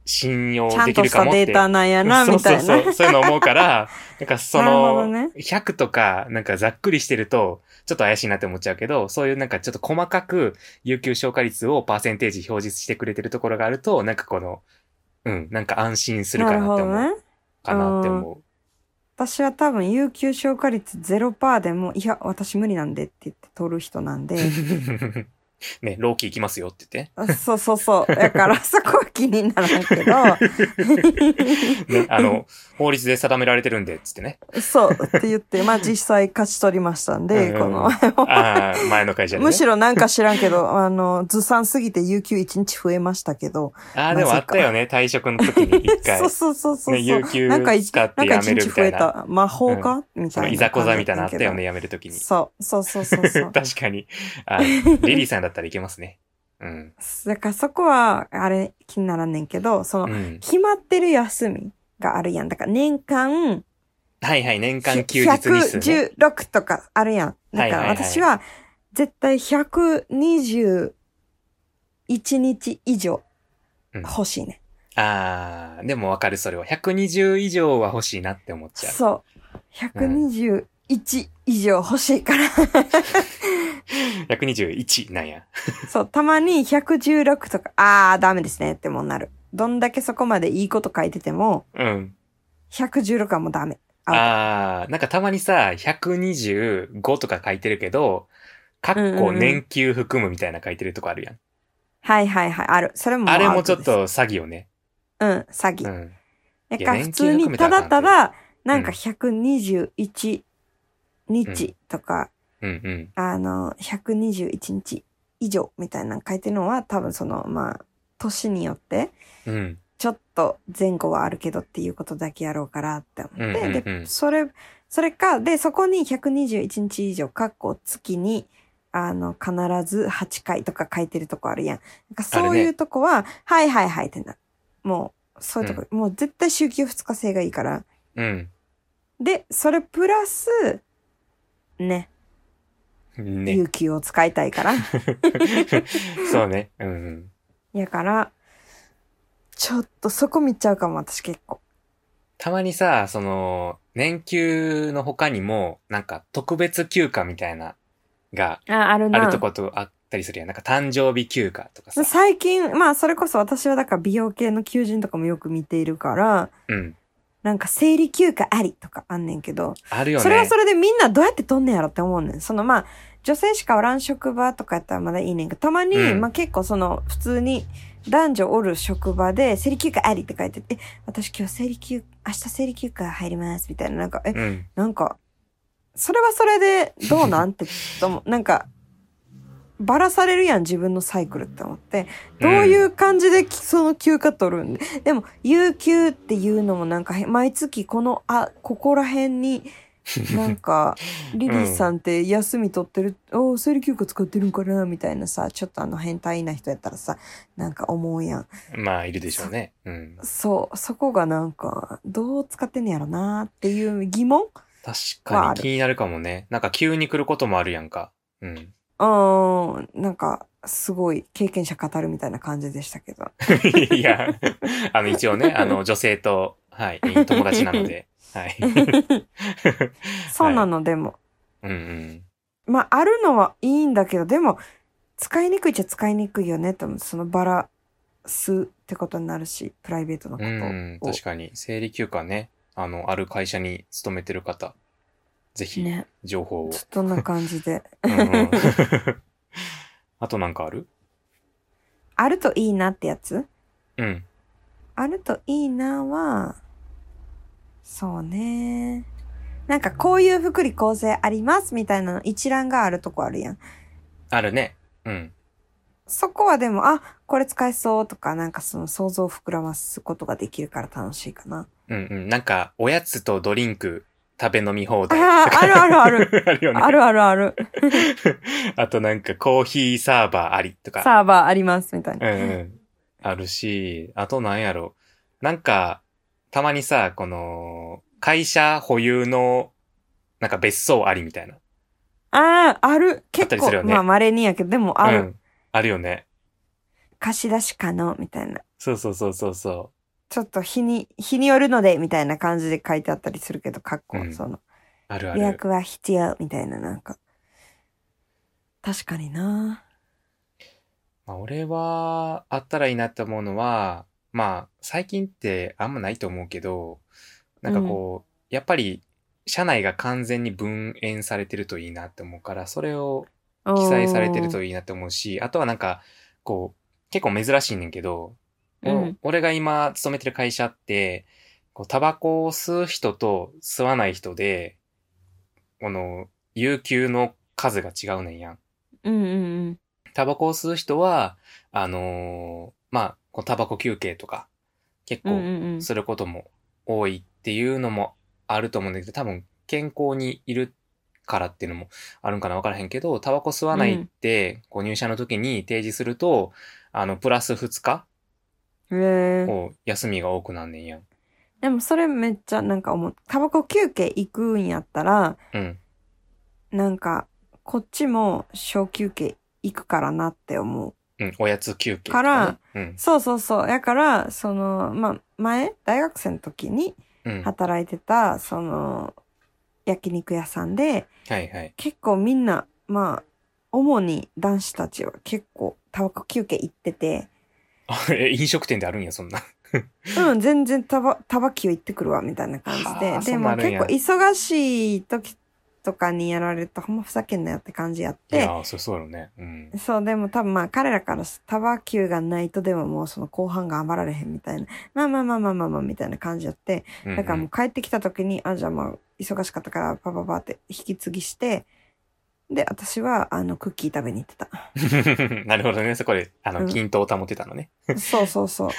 Speaker 2: 信用
Speaker 1: ちゃ
Speaker 2: で
Speaker 1: ん
Speaker 2: き
Speaker 1: と
Speaker 2: る
Speaker 1: し
Speaker 2: か
Speaker 1: た
Speaker 2: もって。
Speaker 1: データなんやな、
Speaker 2: そう
Speaker 1: みた
Speaker 2: そう
Speaker 1: いな。
Speaker 2: そう、そういうの思うから、なんかそ
Speaker 1: なるほどね
Speaker 2: の、100とか、なんかざっくりしてると、ちょっと怪しいなって思っちゃうけど、そういうなんかちょっと細かく、有給消化率をパーセンテージ表示してくれてるところがあると、なんかこの、うん、なんか安心するか
Speaker 1: な
Speaker 2: な
Speaker 1: る
Speaker 2: っ
Speaker 1: ほ
Speaker 2: て
Speaker 1: ど
Speaker 2: 思う。
Speaker 1: ね。
Speaker 2: かなって思う。
Speaker 1: 私は多分、有給消化率0%でも、いや、私無理なんでって言って取る人なんで。
Speaker 2: ね、ローキー行きますよって言っ
Speaker 1: あそうそうそう。だ から、そこは気にならんけど、
Speaker 2: て。ね、あの、法律で定められてるんで、つってね。
Speaker 1: そうって言って、まあ実際勝ち取りましたんで、
Speaker 2: うん
Speaker 1: この、
Speaker 2: ああ、前の会社で、ね。
Speaker 1: むしろなんか知らんけど、あの、ずさんすぎて有給1日増えましたけど。
Speaker 2: ああ、でもあったよね、退職の時に一回。
Speaker 1: そうそうそうそう。
Speaker 2: ね、有給
Speaker 1: なんかい
Speaker 2: 使って
Speaker 1: なんか
Speaker 2: や
Speaker 1: 1
Speaker 2: める
Speaker 1: 日
Speaker 2: み
Speaker 1: 増
Speaker 2: た
Speaker 1: え
Speaker 2: いな。
Speaker 1: た。魔法か、み
Speaker 2: そ
Speaker 1: たい
Speaker 2: の
Speaker 1: な。
Speaker 2: いざこざみたいなのあったよね、
Speaker 1: ね。
Speaker 2: やめる時に。
Speaker 1: そう、そうそうそう そう。
Speaker 2: 確かに。あ ーリリーさんだったらいけますね。うん。
Speaker 1: だからそこは、あれ、気にならんねんけど、その、
Speaker 2: うん。
Speaker 1: 決まってる休みがあるやん。だから年間、
Speaker 2: はいはい、年間休日日数、ね。
Speaker 1: 116とかあるやん。だから
Speaker 2: はいはいはい
Speaker 1: 私は、絶対121日以上
Speaker 2: うん
Speaker 1: 欲しいね。
Speaker 2: ああ、でもわかる、それは。120以上は欲しいなって思っちゃう。
Speaker 1: そう。121以上欲しいから。
Speaker 2: 121なんや。
Speaker 1: そう、たまに116とか、あーダメですねってもうなる。どんだけそこまでいいこと書いてても、
Speaker 2: うん。
Speaker 1: 116はもうダメ。
Speaker 2: ああ、なんかたまにさ、125とか書いてるけど、か
Speaker 1: うん
Speaker 2: っ
Speaker 1: うんう
Speaker 2: こ
Speaker 1: ん
Speaker 2: 年休含むみたいな書いてるとこあるやん。
Speaker 1: はいはいはい、ある。それも
Speaker 2: あれ
Speaker 1: ア
Speaker 2: も
Speaker 1: ウ
Speaker 2: ちょ
Speaker 1: ト
Speaker 2: っ
Speaker 1: です。
Speaker 2: と詐欺よね。
Speaker 1: うん、詐
Speaker 2: う
Speaker 1: 欺。
Speaker 2: ん。
Speaker 1: だ
Speaker 2: い
Speaker 1: か
Speaker 2: や
Speaker 1: ら普通に
Speaker 2: 年金
Speaker 1: た
Speaker 2: 含めたら
Speaker 1: だただ、なんか
Speaker 2: うん
Speaker 1: 121日とか、
Speaker 2: うんうん。
Speaker 1: あの、121日以上みたいなの書いてるのは、多分その、まあ、年によって、
Speaker 2: うん。
Speaker 1: ちょっと前後はあるけどっていうことだけやろうからって思って、
Speaker 2: うんうんうん
Speaker 1: で、それ、それか、で、そこに121日以上、かっこ月に、あの、必ず8回とか書いてるとこあるやん。なんかそうい
Speaker 2: ある
Speaker 1: うとこは、はいはいはいってな。もう、そういうとこ、もう絶対週休2日制がいいから。
Speaker 2: うん。
Speaker 1: で、それプラス、ね、
Speaker 2: ね。
Speaker 1: 有給を使いたいから。
Speaker 2: そうね。うんうん。
Speaker 1: やから、ちょっとそこ見ちゃうかも、私結構。
Speaker 2: たまにさ、その、年休の他にも、なんか特別休暇みたいな、が
Speaker 1: あ、ある
Speaker 2: あるとことあったりするやん。なんか誕生日休暇とかさ。
Speaker 1: 最近、まあそれこそ私はだから美容系の求人とかもよく見ているから、
Speaker 2: うん。
Speaker 1: なんか生理休暇ありとかあんねんけど、
Speaker 2: あるよね。
Speaker 1: それはそれでみんなどうやって取んねやろって思うねん。そのまあ、女性しかおらん職場とかやったらまだいいねんけど、たまに、
Speaker 2: うん
Speaker 1: まあ結構その普通に男女おる職場で生理休暇ありって書いてて、え私今日生理休、明日生理休暇入りますみたいな、なんか、え、
Speaker 2: うん。
Speaker 1: なんか、それはそれでどうなんって、どうもなんか、ばらされるやん、自分のサイクルって思って。どういう感じできその休暇取るんで。でも、有給っていうのもなんかへ、毎月この、あ、ここら辺に、なんか、リリーさんって休み取ってる、おお、生理休暇使ってるんかな、みたいなさ、ちょっとあの変態な人やったらさ、なんか思うやん。
Speaker 2: まあ、いるでしょうね。うん。
Speaker 1: そう、そこがなんか、どう使ってんねやろなっていう疑問
Speaker 2: 確
Speaker 1: はあ
Speaker 2: か
Speaker 1: る
Speaker 2: に気になるかもね。なんか急に来ることもあるやんか。 うん。
Speaker 1: うーん、なんか、すごい経験者語るみたいな感じでしたけど。
Speaker 2: いや、あの一応ね、あの女性と、はい、友達なので。はい。
Speaker 1: そうなの、でも。
Speaker 2: うんうん。
Speaker 1: まあ、あるのはいいんだけど、でも、使いにくいっちゃ使いにくいよね、と思う。そのバラすってことになるし、プライベートのこ
Speaker 2: う
Speaker 1: とを。
Speaker 2: ん、確かに。生理休暇ね、あの、ある会社に勤めてる方、ぜひ、
Speaker 1: ね。
Speaker 2: 情報を。
Speaker 1: ちょっとそんな感じで。
Speaker 2: うんうん あとなんかある
Speaker 1: あるといいなってやつ
Speaker 2: うん。
Speaker 1: あるといいなは、そうね。なんかこういう福利厚生ありますみたいなの一覧があるとこあるやん。
Speaker 2: あるね。うん。
Speaker 1: そこはでも、あ、これ使えそうとか、なんかその想像を膨らますことができるから楽しいかな。
Speaker 2: うんうん。なんか、おやつとドリンク食べ飲み放題
Speaker 1: あ
Speaker 2: と
Speaker 1: あ、
Speaker 2: か
Speaker 1: あるあるある。
Speaker 2: ある よね。
Speaker 1: あるあるある。
Speaker 2: あとなんかコーヒーサーバーありとか。
Speaker 1: サーバーあります、みたい
Speaker 2: うんう
Speaker 1: な。
Speaker 2: ん。あるし、あとなんやろ。なんか、たまにさ、この、会社保有の、なんか別荘ありみたいな。
Speaker 1: ああ、ある。
Speaker 2: あった
Speaker 1: 結
Speaker 2: りするよ
Speaker 1: 構、
Speaker 2: ね
Speaker 1: まあ稀にやけど、でもあ
Speaker 2: う
Speaker 1: る。
Speaker 2: ん。あるよね。
Speaker 1: 貸し出し可能、みたいな。
Speaker 2: そうそうそうそうそ
Speaker 1: ちょっと日に、日によるので、みたいな感じで書いてあったりするけど、かっこ、
Speaker 2: うん
Speaker 1: その、
Speaker 2: う。あるある。
Speaker 1: 予約は必要、みたいな、なんか。確かにな
Speaker 2: まあ、俺は、あったらいいなって思うのは、まあ、最近ってあんまないと思うけど、なんかこう、やっぱり、社内が完全に分園されてるといいなって思うから、それを記載されてる
Speaker 1: い
Speaker 2: といいなって思うし、あとはなんか、こう、結構珍しいねんけど、
Speaker 1: うん
Speaker 2: 俺が今勤めてる会社って、こう、タバコを吸う人と吸わない人で、この、有給の数が違うねんやん。
Speaker 1: う。うんうん
Speaker 2: タバコを吸う人は、あのーまあ、こうタバコ休憩とか、結
Speaker 1: うん。うんう
Speaker 2: 構
Speaker 1: んうん。
Speaker 2: することも多いっていうのもあると思うんだけど、多分健康にいるからっていうのもあるんかなわからへんけど、タバコ吸わないって、こう入社の時に提示すると、あの、プラス2日
Speaker 1: へー
Speaker 2: こう休みが多くなんねんやん。
Speaker 1: でもそれめっちゃなんか思う。タバコ休憩行くんやったら、
Speaker 2: うん。
Speaker 1: なんか、こっちも小休憩行くからなって思う。
Speaker 2: うん。おやつ休憩とね、
Speaker 1: から
Speaker 2: うん。
Speaker 1: そうそうそう。だから、その、まあ、前、大学生の時に
Speaker 2: うん。は
Speaker 1: 働いてた、その、焼肉屋さんで、
Speaker 2: いはい。
Speaker 1: 結構みんな、まあ、主に男子たちは結構タバコ休憩行ってて、
Speaker 2: あえ、飲食店であるんや、そんな。
Speaker 1: うん、全然タバ、タバキを行ってくるわ、みたいな感じ
Speaker 2: はあ
Speaker 1: で。
Speaker 2: そ
Speaker 1: で、
Speaker 2: んな
Speaker 1: ま
Speaker 2: あ
Speaker 1: あ
Speaker 2: るん
Speaker 1: 結
Speaker 2: や
Speaker 1: 構忙しい時とかにやられると、ほんまふざけんなよって感じやっ
Speaker 2: いや
Speaker 1: て。
Speaker 2: ー、そうそうだろうね。うん。
Speaker 1: そう、でも多分まあ彼らからすタバキがないとでももうその後半が余られへんみたいな。まあまあまあまあまあまあみたいな感じやって。
Speaker 2: うんうん
Speaker 1: だからもう帰ってきた時に、あ、じゃあまあ忙しかったからパパパって引き継ぎして、で、私はあのクッキー食べに行って た。
Speaker 2: なるほどね。そこで、あ
Speaker 1: う
Speaker 2: の、
Speaker 1: ん
Speaker 2: 均等を保てたのね。
Speaker 1: そうそうそう。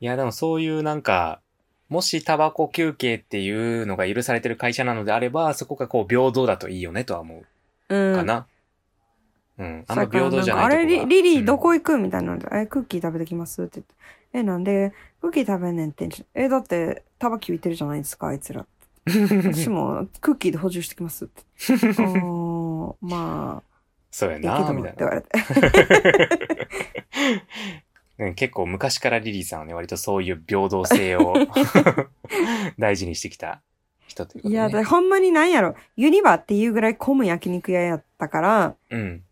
Speaker 2: いや、でもそういうなんか、もしタバコ休憩っていうのが許されてる会社なのであれば、そこがこう平等だといいよねとは思
Speaker 1: う。
Speaker 2: うんかな。うん。あんま平等じゃない
Speaker 1: だか
Speaker 2: とこが
Speaker 1: らんかあれリ、リ
Speaker 2: う
Speaker 1: ー
Speaker 2: ん
Speaker 1: どこ行くみたいなので、え、クッキー食べてきますって言って。え、なんで、クッキー食べんねんって。え、だって、タバキ浮いてるじゃないですか、あいつら。私も、クッキーで補充してきますって。おー、ま
Speaker 2: そうや
Speaker 1: あ、やけ
Speaker 2: な、
Speaker 1: ど
Speaker 2: み
Speaker 1: も
Speaker 2: た
Speaker 1: っ
Speaker 2: い
Speaker 1: て言わ れて。
Speaker 2: な。うん結構昔からリリーさんはね、割とそういう平等性を 大事にしてきた人ということ
Speaker 1: い
Speaker 2: ね。
Speaker 1: や、だほんまになんやろ。ユニバっていうぐらい混む焼肉屋やったから、
Speaker 2: うん。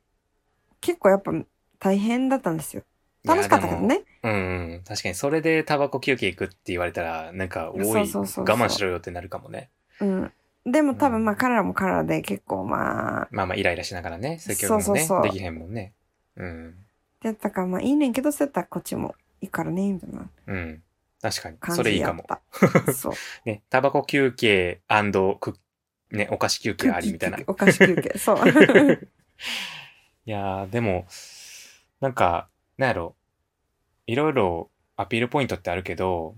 Speaker 1: 結構やっぱ大変だったんですよ。楽しかったけど
Speaker 2: いや。でも
Speaker 1: ね。
Speaker 2: うんうん。確かに、それでタバコ休憩行くって言われたら、なんか、おい、
Speaker 1: そう
Speaker 2: 我
Speaker 1: そうそうそう
Speaker 2: 慢しろよってなるかもね。
Speaker 1: うん。でも多
Speaker 2: うん
Speaker 1: 分まあ彼らも彼らで結構まあ、
Speaker 2: まあまあ、イライラしながらね、そういう教育
Speaker 1: そ
Speaker 2: も
Speaker 1: う
Speaker 2: ね、
Speaker 1: そうそう
Speaker 2: できへんもんね。うん。
Speaker 1: やったからまあいいねんけど、そうやったらこっちもいいからね、みたいな。
Speaker 2: うん。確かに。
Speaker 1: 感
Speaker 2: それい
Speaker 1: じ
Speaker 2: い
Speaker 1: や
Speaker 2: か
Speaker 1: っ
Speaker 2: も。
Speaker 1: た。そう。
Speaker 2: ね、タバコ休憩クッね、お菓子休憩あ りみたいな。い
Speaker 1: お菓子休憩。そう。 うん
Speaker 2: やー、でも、なんか、なんやろ。いろいろアピールポイントってあるけど、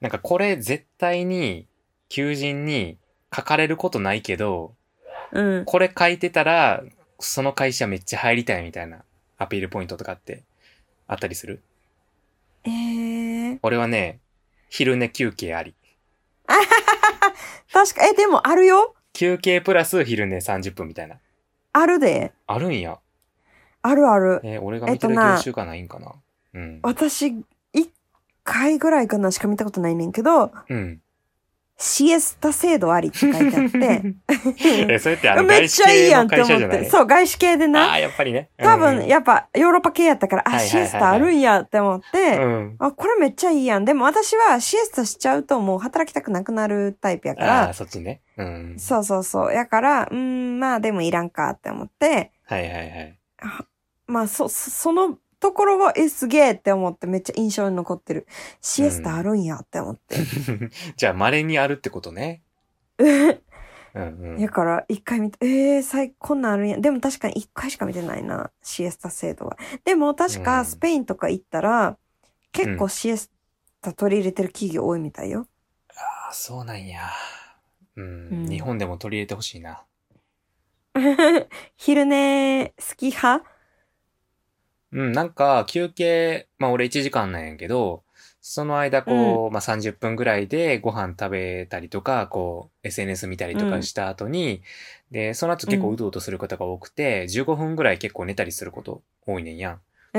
Speaker 2: なんかこれ絶対に求人に書かれることないけど、
Speaker 1: うん。
Speaker 2: これ書いてたら、その会社めっちゃ入りたいみたいなアピールポイントとかってあったりする
Speaker 1: えー、
Speaker 2: 俺はね、昼寝休憩あり。
Speaker 1: 確か、え、でもあるよ
Speaker 2: 休憩プラス昼寝30分みたいな。
Speaker 1: あるで。
Speaker 2: あるんや。
Speaker 1: あるある。
Speaker 2: えー俺が見てる
Speaker 1: えっとな
Speaker 2: 業種がないんかな。うん。
Speaker 1: 私、一回ぐらいかなしか見たことないねんけど、
Speaker 2: うん。
Speaker 1: シエスタ制度ありって書いてあって。
Speaker 2: え、それってあの、
Speaker 1: めっ
Speaker 2: 外資
Speaker 1: ちゃいい
Speaker 2: 系
Speaker 1: や
Speaker 2: の
Speaker 1: んって
Speaker 2: 会
Speaker 1: 思
Speaker 2: 社じゃ
Speaker 1: っ
Speaker 2: ない
Speaker 1: て。そう、外資系で
Speaker 2: あ
Speaker 1: な。
Speaker 2: あ、やっぱりね。
Speaker 1: 多
Speaker 2: う
Speaker 1: 分、
Speaker 2: ん
Speaker 1: やっぱ、ヨーロッパ系やったから、
Speaker 2: はい
Speaker 1: あ、
Speaker 2: はいはい
Speaker 1: シエスタあるんやって思っ
Speaker 2: う
Speaker 1: て、
Speaker 2: ん。
Speaker 1: あ、これめっちゃいいやん。でも私はシエスタしちゃうともう働きたくなくなるタイプやか
Speaker 2: あ
Speaker 1: ら
Speaker 2: あ、、そっちね。うん。
Speaker 1: そうそうそう。やから、うーん、まあでもいらんかって思って、
Speaker 2: はいはいはい。
Speaker 1: まあそ、そそのところは、え、すげえって思ってめっちゃ印象に残ってる。シエスタあるんやって思って。
Speaker 2: じゃあ、稀にあるってことね。うんうん。
Speaker 1: やから、一回見て、えー、最、こんなんあるんや。でも確かに一回しか見てないな、シエスタ制度は。でも確
Speaker 2: うん
Speaker 1: かスペインとか行ったら、結
Speaker 2: う
Speaker 1: 構シエスタ取り入れてる企業多いみたいよ。
Speaker 2: ああ、そうなんや。うん、
Speaker 1: うん
Speaker 2: 日本でも取り入れてほしいな。
Speaker 1: 昼寝好き派
Speaker 2: うん、なんか休憩、まあ俺1時間なんやけど、その間こう、まあ30分ぐらいでご飯食べたりとか、こう SNS 見たりとかした後に、で、その後結構
Speaker 1: うん
Speaker 2: うとうとする方が多くて、15分ぐらい結構寝たりすること多いねんやん。
Speaker 1: え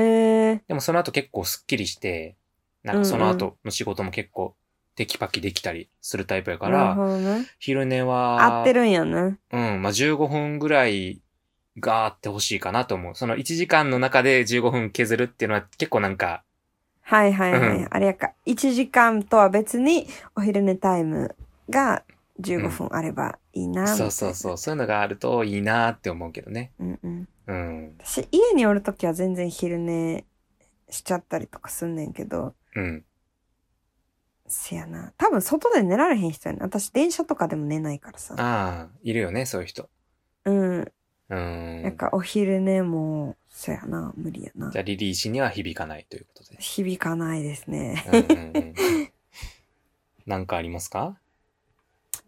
Speaker 1: ー、
Speaker 2: でもその後結構すっきりして、なんかその後の仕事も結構テキパキできたりするタイプやか
Speaker 1: なるほ
Speaker 2: ら、
Speaker 1: どね。
Speaker 2: 昼寝は、
Speaker 1: 合ってるんやな。
Speaker 2: うん、まあ、15分ぐらいがあってほしいかなと思う。その1時間の中で15分削るっていうのは結構なんか、
Speaker 1: はいはいはい。
Speaker 2: うん
Speaker 1: あれやか。1時間とは別にお昼寝タイムが15分あればいいな、
Speaker 2: そうそうそう、そういうのがあるといいなって思うけどね。
Speaker 1: う。うんうん。
Speaker 2: うん、
Speaker 1: 私、家におるときは全然昼寝しちゃったりとかすんねんけど、
Speaker 2: うん。
Speaker 1: せやな。多分外で寝られへん人やな。私、電車とかでも寝ないからさ。
Speaker 2: ああ、いるよね、そういう人。
Speaker 1: うん。
Speaker 2: う
Speaker 1: なん
Speaker 2: ん。
Speaker 1: かお昼寝も、そやな。無理やな
Speaker 2: じゃ。あ、リリー氏には響かないということで。
Speaker 1: 響かないですね。
Speaker 2: うんうんうん、なんかありますか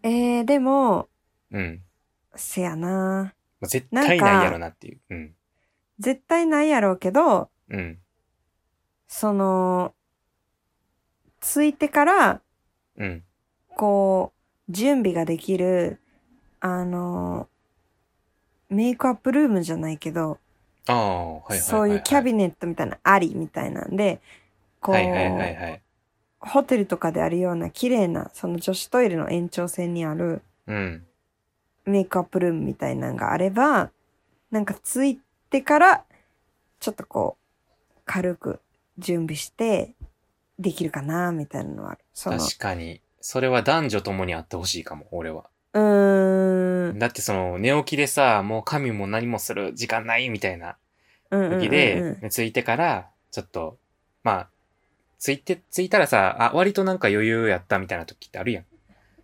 Speaker 1: えー、でも、
Speaker 2: うん。
Speaker 1: せやな。
Speaker 2: まあ絶対ないやろなっていう。うん。
Speaker 1: 絶対ないやろうけど、
Speaker 2: うん。
Speaker 1: その、着いてから、
Speaker 2: うん。
Speaker 1: こう、準備ができる、あの、メイクアップルームじゃないけど、
Speaker 2: ああ、はいはいはい、はい。
Speaker 1: そういうキャビネットみたいな、ありみたいなんで、こう、
Speaker 2: はいはいはいはい。
Speaker 1: ホテルとかであるような綺麗な、その女子トイレの延長線にある
Speaker 2: うん。
Speaker 1: メイクアップルームみたいなのがあれば、なんか着いてから、ちょっとこう、軽く準備して、できるかな、みたいなのはある。その、
Speaker 2: 確かに。それは男女ともにあってほしいかも、俺は。
Speaker 1: うーん。
Speaker 2: だってその寝起きでさ、もう神も何もする時間ないみたいな
Speaker 1: うんうんうん
Speaker 2: 時
Speaker 1: うん
Speaker 2: で、着いてから、ちょっと、まあ、着いて、着いたらさ、あ、割となんか余裕やったみたいな時ってあるやん。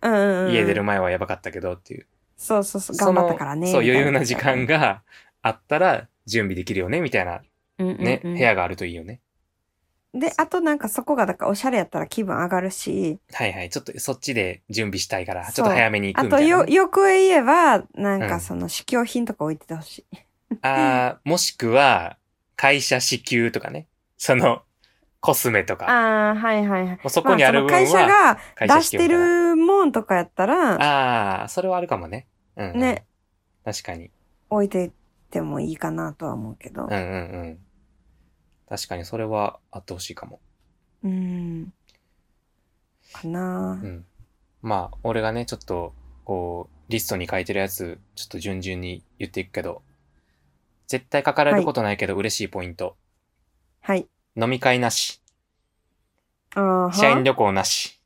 Speaker 1: うんうんうん
Speaker 2: 家出る前はやばかったけどっていう。
Speaker 1: そうそうそう、
Speaker 2: そ
Speaker 1: 頑
Speaker 2: の
Speaker 1: 張ったからね。
Speaker 2: そう、
Speaker 1: みた
Speaker 2: 余
Speaker 1: い
Speaker 2: 裕な時間
Speaker 1: が、
Speaker 2: があったら準備できるよね、みたいな
Speaker 1: うんうんうん
Speaker 2: ね、部屋があるといいよね。
Speaker 1: で、あとなんかそこが、だからおしゃれやったら気分上がるし、
Speaker 2: はいはい。ちょっとそっちで準備したいから、
Speaker 1: そう
Speaker 2: ちょっと早めに行
Speaker 1: あ
Speaker 2: くみた
Speaker 1: と
Speaker 2: いな
Speaker 1: よ、
Speaker 2: ね、
Speaker 1: 欲へ言えば、なん
Speaker 2: う
Speaker 1: か
Speaker 2: ん
Speaker 1: その試供品とか置いててほしい。
Speaker 2: あーもしくは、会社支給とかね。その、コスメとか。
Speaker 1: ああ、はいはいはい。
Speaker 2: もうそこにある
Speaker 1: ま
Speaker 2: 分
Speaker 1: その会社
Speaker 2: は、
Speaker 1: が
Speaker 2: 会社
Speaker 1: 出
Speaker 2: 支
Speaker 1: し
Speaker 2: 給みた
Speaker 1: て
Speaker 2: いな
Speaker 1: るもんとかやったら、
Speaker 2: ああ、それはあるかもね。うん、うん。
Speaker 1: ね。
Speaker 2: 確かに。
Speaker 1: 置いてってもいいかなとは思うけど
Speaker 2: うんう。んうん。確かに、それはあってほしいかも。
Speaker 1: うん。かな
Speaker 2: う、ん。まあ、俺がね、ちょっと、こう、リストに書いてるやつ、ちょっと順々に言っていくけど、絶対書かれることないけど嬉しいポイント。
Speaker 1: はい。
Speaker 2: 飲み会なし。
Speaker 1: あーは
Speaker 2: 社員旅行なし。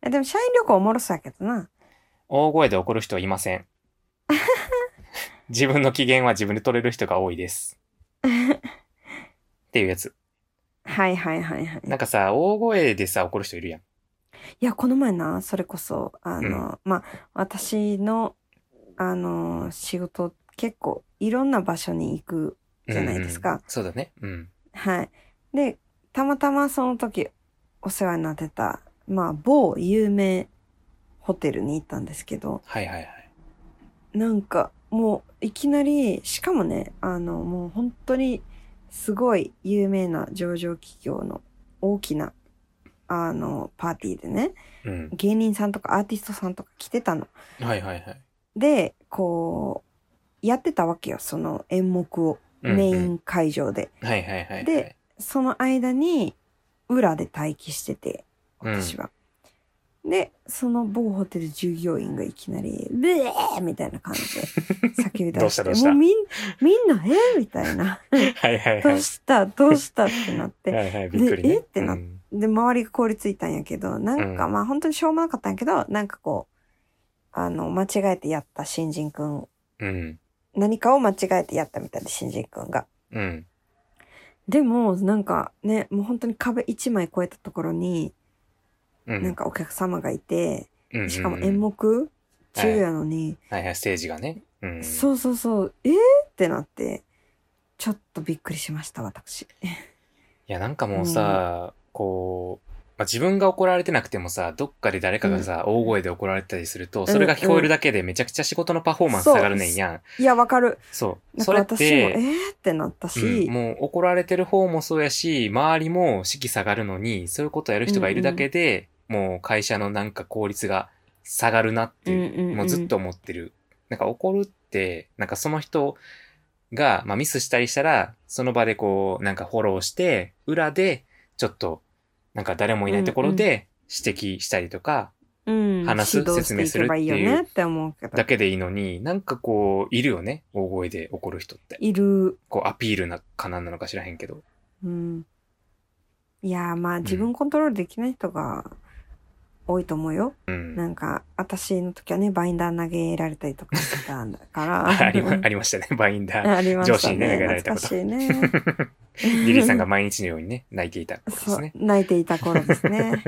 Speaker 1: えでも社員旅行おもろそうやけどな。
Speaker 2: 大声で怒る人はいませ ん。自分の機嫌は自分で取れる人が多いです。っていうやつ。
Speaker 1: はいはいはいはい。
Speaker 2: なんかさ、大声でさ、怒る人いるやん。
Speaker 1: いや、この前な、それこそ、あの、まあ、私の、あの、仕事、結構、いろんな場所に行くじゃないですか
Speaker 2: うんうんそうだね。うん。
Speaker 1: はい。で、たまたまその時お世話になってた、まあ、某有名ホテルに行ったんですけど、
Speaker 2: はいはいはい。
Speaker 1: なんかもういきなり、しかもね、あの、もう本当にすごい有名な上場企業の大きな、あの、パーティーでね、
Speaker 2: うん。
Speaker 1: 芸人さんとかアーティストさんとか来てたの。
Speaker 2: はいはいはい。
Speaker 1: で、こう、やってたわけよ、その演目を。
Speaker 2: うん
Speaker 1: メイン会場で。
Speaker 2: うん。はいはいはい。
Speaker 1: で、その間に、裏で待機してて、
Speaker 2: うん
Speaker 1: 私は。で、その某ホテル従業員がいきなり、ブエーみたいな感じで叫び
Speaker 2: ど
Speaker 1: 出
Speaker 2: うし
Speaker 1: して
Speaker 2: た
Speaker 1: て、
Speaker 2: どうした
Speaker 1: もうみん、みんな、えみた いな。
Speaker 2: はいはいは
Speaker 1: どう
Speaker 2: い。
Speaker 1: したどうしたってなって。
Speaker 2: はいはい、びっくりね。
Speaker 1: でえってなっ
Speaker 2: うん
Speaker 1: で、周りが凍りついたんやけど、なんか
Speaker 2: うん
Speaker 1: まあ本当にしょうもなかったんやけど、なんかこう、あの、間違えてやった新人くん、
Speaker 2: うん。
Speaker 1: 何かを間違えてやったみたいで、新人くんが。
Speaker 2: うん。
Speaker 1: でも、なんかね、もう本当に壁一枚越えたところに、
Speaker 2: う
Speaker 1: なんかお客様がいて、
Speaker 2: ん
Speaker 1: しかも演。目中やのに、
Speaker 2: はいはい、ステージがね。うん。
Speaker 1: そうそうそう、えー、ってなって、ちょっとびっくりしました、私。
Speaker 2: いや、なんかもうさ、こう、ままあ、自分が怒られてなくてもさ、どっかで誰かがさ、大声で怒られてたりすると、それが聞こえるだけでめちゃくちゃ仕事のパフォーマンス下がるねんやん。
Speaker 1: いや、わかる。
Speaker 2: そう。
Speaker 1: なん
Speaker 2: そ
Speaker 1: か
Speaker 2: れっ
Speaker 1: 私も、え
Speaker 2: て、
Speaker 1: ーってなった
Speaker 2: うん、
Speaker 1: し、
Speaker 2: もう怒られてる方もそうやし、周りも士気下がるのに、そういうことやる人がいるだけで、もう会社のなんか効率が下がるなっていう、
Speaker 1: うんうんうん
Speaker 2: もうずっと思ってる。なんか怒るって、なんかその人が、まあ、ミスしたりしたら、その場でこう、なんかフォローして、裏で、ちょっと、なんか誰もいないところで指摘したりとか、
Speaker 1: うん、
Speaker 2: 話す
Speaker 1: 指導していけばいいよ
Speaker 2: 説明す
Speaker 1: ねって思うけど
Speaker 2: だ。けでいいのに、なんかこう、いるよね。大声で怒る人って。
Speaker 1: いる。
Speaker 2: こう、アピールな、かなんなのか知らへんけど。
Speaker 1: うん。いやー、まあ
Speaker 2: ん
Speaker 1: 自分コントロールできない人が多いと思うよ。
Speaker 2: うん。
Speaker 1: なんか、私の時はね、バインダー投げられたりとかしてたんだか ら。
Speaker 2: ありまありましたね、 バインダー。
Speaker 1: ありましたね。
Speaker 2: 上司にね投げられたこと
Speaker 1: 懐かしいね。
Speaker 2: リリーさんが毎日のようにね、泣いていたことで
Speaker 1: そ
Speaker 2: す
Speaker 1: う
Speaker 2: ね、。
Speaker 1: 泣いていた頃で すね。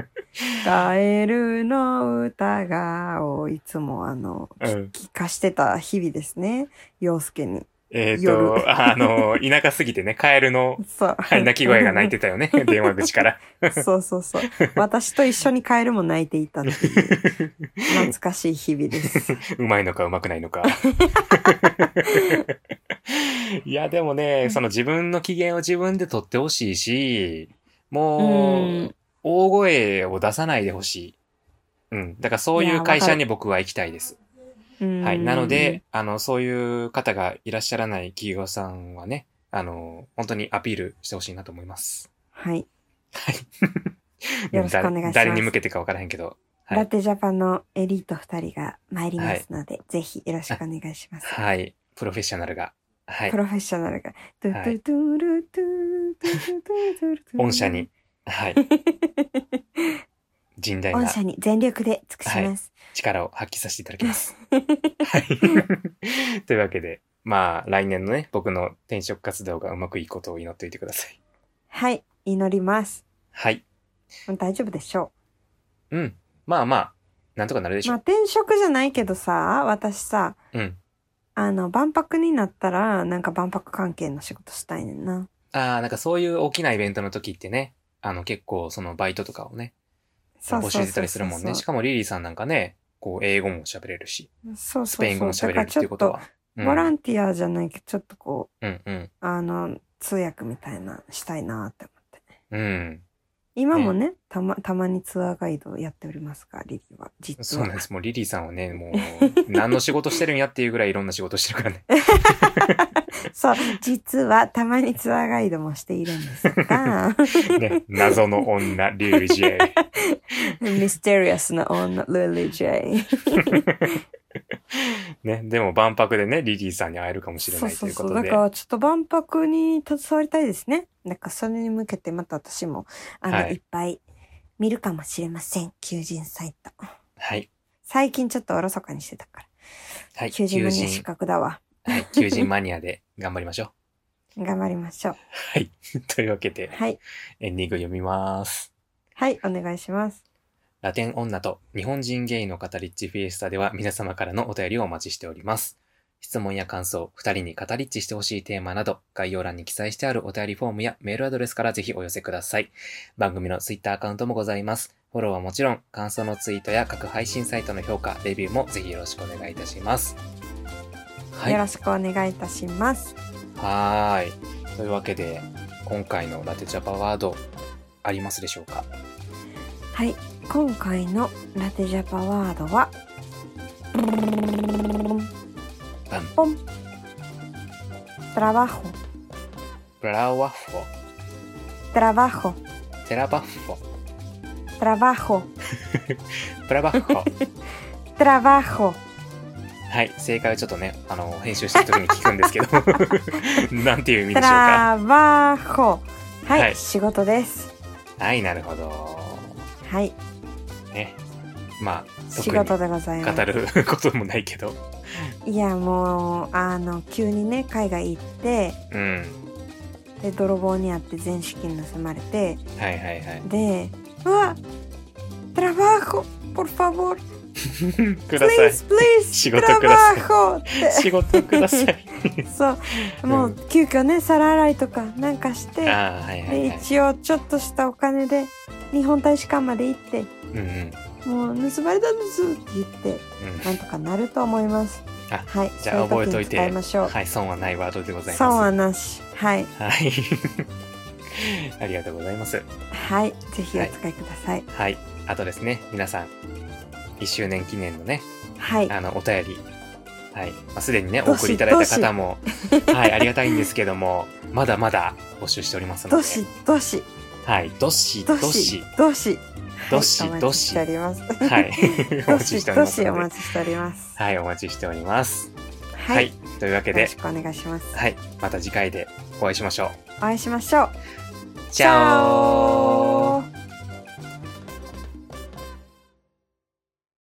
Speaker 1: カエルの歌が、をいつもあの、
Speaker 2: うん。
Speaker 1: 聞かしてた日々ですね。陽介に。
Speaker 2: えっ、と、
Speaker 1: 夜
Speaker 2: あの、田舎すぎてね、カエル の、
Speaker 1: そう。
Speaker 2: はい、泣き声が泣いてたよね、 電話口から。
Speaker 1: て。 そうそうそう。私と一緒にカエルも泣いてい たっていう、懐かしい日々です。
Speaker 2: うまいのかうまくないのか。 いや、でもね、その自分の機嫌を自分で取ってほしいし、もう、
Speaker 1: うん
Speaker 2: 大声を出さないでほしい。うん。だからそういう会社に僕は行きたいです。
Speaker 1: うん
Speaker 2: はい。なので、、あの、そういう方がいらっしゃらない企業さんはね、あの、本当にアピールしてほしいなと思います。
Speaker 1: はい。
Speaker 2: はい。
Speaker 1: よろしくお願いします
Speaker 2: 誰に向けてかわからへんけど。はい
Speaker 1: ラテジャパンのエリート2人が参りますので、ぜひよろしくお願いします。
Speaker 2: はい。プロフェッショナルが。はい
Speaker 1: プ。ロフェッショナルが、ド
Speaker 2: は
Speaker 1: ゥ
Speaker 2: い
Speaker 1: ドゥルドゥドゥドゥドゥルドゥ
Speaker 2: 御社に。。はい。甚大
Speaker 1: 御
Speaker 2: な
Speaker 1: 社に全力で尽くします。
Speaker 2: 力を発揮させていただき ます。はい。というわ けで、まあ、来年のね、僕の転職活動がうまくいくことを祈っておいてください。
Speaker 1: はい、祈ります。
Speaker 2: はい。
Speaker 1: 大丈夫でしょ
Speaker 2: うん。まあまあ、なんとかなるで
Speaker 1: う。
Speaker 2: し
Speaker 1: まあ
Speaker 2: ょう。
Speaker 1: 転職じゃないけどさ、私さ、
Speaker 2: うん。
Speaker 1: あの、万博になったら、なんか万博関係の仕事したいねんな。
Speaker 2: ああ、なんかそういう大きなイベントの時ってね、あの結構そのバイトとかをね、
Speaker 1: そうそ
Speaker 2: 募
Speaker 1: うそうそう。
Speaker 2: 集してたりするもんね。しかもリリーさんなんかね、こう英語も喋れるし、
Speaker 1: そうそうそう。
Speaker 2: スペイン語も喋れるっていうこと
Speaker 1: だか
Speaker 2: は。う
Speaker 1: らちょっと、
Speaker 2: ん
Speaker 1: ボランティアじゃないけど、ちょっとこ
Speaker 2: うんうん。
Speaker 1: う、あの、通訳みたいな、したいなって思って。
Speaker 2: うん。
Speaker 1: 今もね、たま、たまにツアーガイドをやっておりますが、リリーは。実
Speaker 2: そう
Speaker 1: は
Speaker 2: なん。 です。もうリリーさんはね、もう、何の仕事してるんやっていうぐらいいろんな仕事してるからね。
Speaker 1: そう、実はたまにツアーガイドもしているんで すが、
Speaker 2: ね、謎の女、リュウジェイ。
Speaker 1: ミステリアスな女、ルリー・ジェイ。
Speaker 2: ね、でも万博でね、リリーさんに会えるかもしれ
Speaker 1: そ
Speaker 2: ない
Speaker 1: う
Speaker 2: と
Speaker 1: そう
Speaker 2: いうこ
Speaker 1: そう。
Speaker 2: と
Speaker 1: だ
Speaker 2: で
Speaker 1: か。らちょっと万博に携わりたいですね。なんかそれに向けてまた私も、あの、
Speaker 2: はい
Speaker 1: い、っぱい見るかもしれません。求人サイト。
Speaker 2: はい。
Speaker 1: 最近ちょっとおろそかにしてたか
Speaker 2: は
Speaker 1: ら。
Speaker 2: い。
Speaker 1: 求
Speaker 2: 求
Speaker 1: 人マニア資
Speaker 2: 人、
Speaker 1: 格だわ。
Speaker 2: はい。求人マニアで頑張りましょう。
Speaker 1: 頑張りましょう。
Speaker 2: はい。というわ けで、
Speaker 1: はい。
Speaker 2: エンディング読みます。
Speaker 1: はい、お願いします。
Speaker 2: ラテン女と日本人ゲイの語りっちフィエスタでは皆様からのお便りをお待ちしております。質問や感想、二人に語りっちしてほしいテーマなど、概要欄に記載してあるお便りフォームやメールアドレスからぜひお寄せください。番組のツイッターアカウントもございます。フォローはもちろん、感想のツイートや各配信サイトの評価、レビューもぜひよろしくお願いいたします。はい
Speaker 1: よ。ろしくお願いいたします。
Speaker 2: はーい。というわけで、今回のラテジャパワード、ありますでしょうか
Speaker 1: はい、今回のラテジャパワードは、
Speaker 2: バン、
Speaker 1: trabajo,
Speaker 2: ブラワッフォ、
Speaker 1: trabajo,
Speaker 2: テラバッフォ。
Speaker 1: trabajo,
Speaker 2: プラバッフ
Speaker 1: trabajo.
Speaker 2: はい、正解はちょっとね、あの、編集した時に聞くんですけど、 なんていう意味でしょうか。
Speaker 1: trabajo はい、
Speaker 2: はい
Speaker 1: 仕事です
Speaker 2: はい、なるほど。
Speaker 1: はい
Speaker 2: ね。まあ、
Speaker 1: 仕
Speaker 2: 特に
Speaker 1: 事でございます
Speaker 2: 語る こともないけど。
Speaker 1: いやもうあの急にね海外行って
Speaker 2: うん。
Speaker 1: で泥棒にあって全資金盗まれて
Speaker 2: はいはいはい。
Speaker 1: でうわ trabajo por favor
Speaker 2: ください。
Speaker 1: please please
Speaker 2: 仕事ください
Speaker 1: trabajo っ
Speaker 2: 仕事くださ い。
Speaker 1: てそうも
Speaker 2: う
Speaker 1: う急遽ね皿洗いとかなんかして
Speaker 2: ああ、はいはい
Speaker 1: で
Speaker 2: はい。
Speaker 1: 一応ちょっとしたお金で日本大使館まで行って、
Speaker 2: うんうん。
Speaker 1: もう盗まれたんですって言って、
Speaker 2: うん
Speaker 1: なんとかなると思います。
Speaker 2: あ
Speaker 1: はい、
Speaker 2: じゃあ
Speaker 1: そう
Speaker 2: 覚え
Speaker 1: う時
Speaker 2: とい
Speaker 1: に
Speaker 2: て
Speaker 1: 使いましょう。
Speaker 2: はい、損はないワードでございます。
Speaker 1: 損はなし。はい、
Speaker 2: はい。 ありがとうございます。
Speaker 1: はい、ぜひお使いください。
Speaker 2: はい。あとですね、皆さん、1周年記念のね、
Speaker 1: はい、
Speaker 2: あの、お便り、はい。まあ、すでにね、お
Speaker 1: どし
Speaker 2: 送りいただいた方も、はい、ありがたいんですけども、まだまだ募集しておりますの
Speaker 1: ど
Speaker 2: で、
Speaker 1: しどし
Speaker 2: はい。どし、ど
Speaker 1: ど
Speaker 2: し
Speaker 1: し、どし
Speaker 2: どし
Speaker 1: はい
Speaker 2: ど
Speaker 1: お待ち
Speaker 2: し
Speaker 1: しております。
Speaker 2: はい。お
Speaker 1: ど
Speaker 2: 待ち
Speaker 1: し
Speaker 2: しており
Speaker 1: ど
Speaker 2: ます
Speaker 1: しお
Speaker 2: ので。
Speaker 1: 待ちしております。
Speaker 2: はい、お待ちしております。
Speaker 1: は
Speaker 2: はいい、。というわけ
Speaker 1: よろ
Speaker 2: で
Speaker 1: し、くお願いします。
Speaker 2: はい。また次回でお会いしましょう。
Speaker 1: お会いしましょう。
Speaker 2: チャオ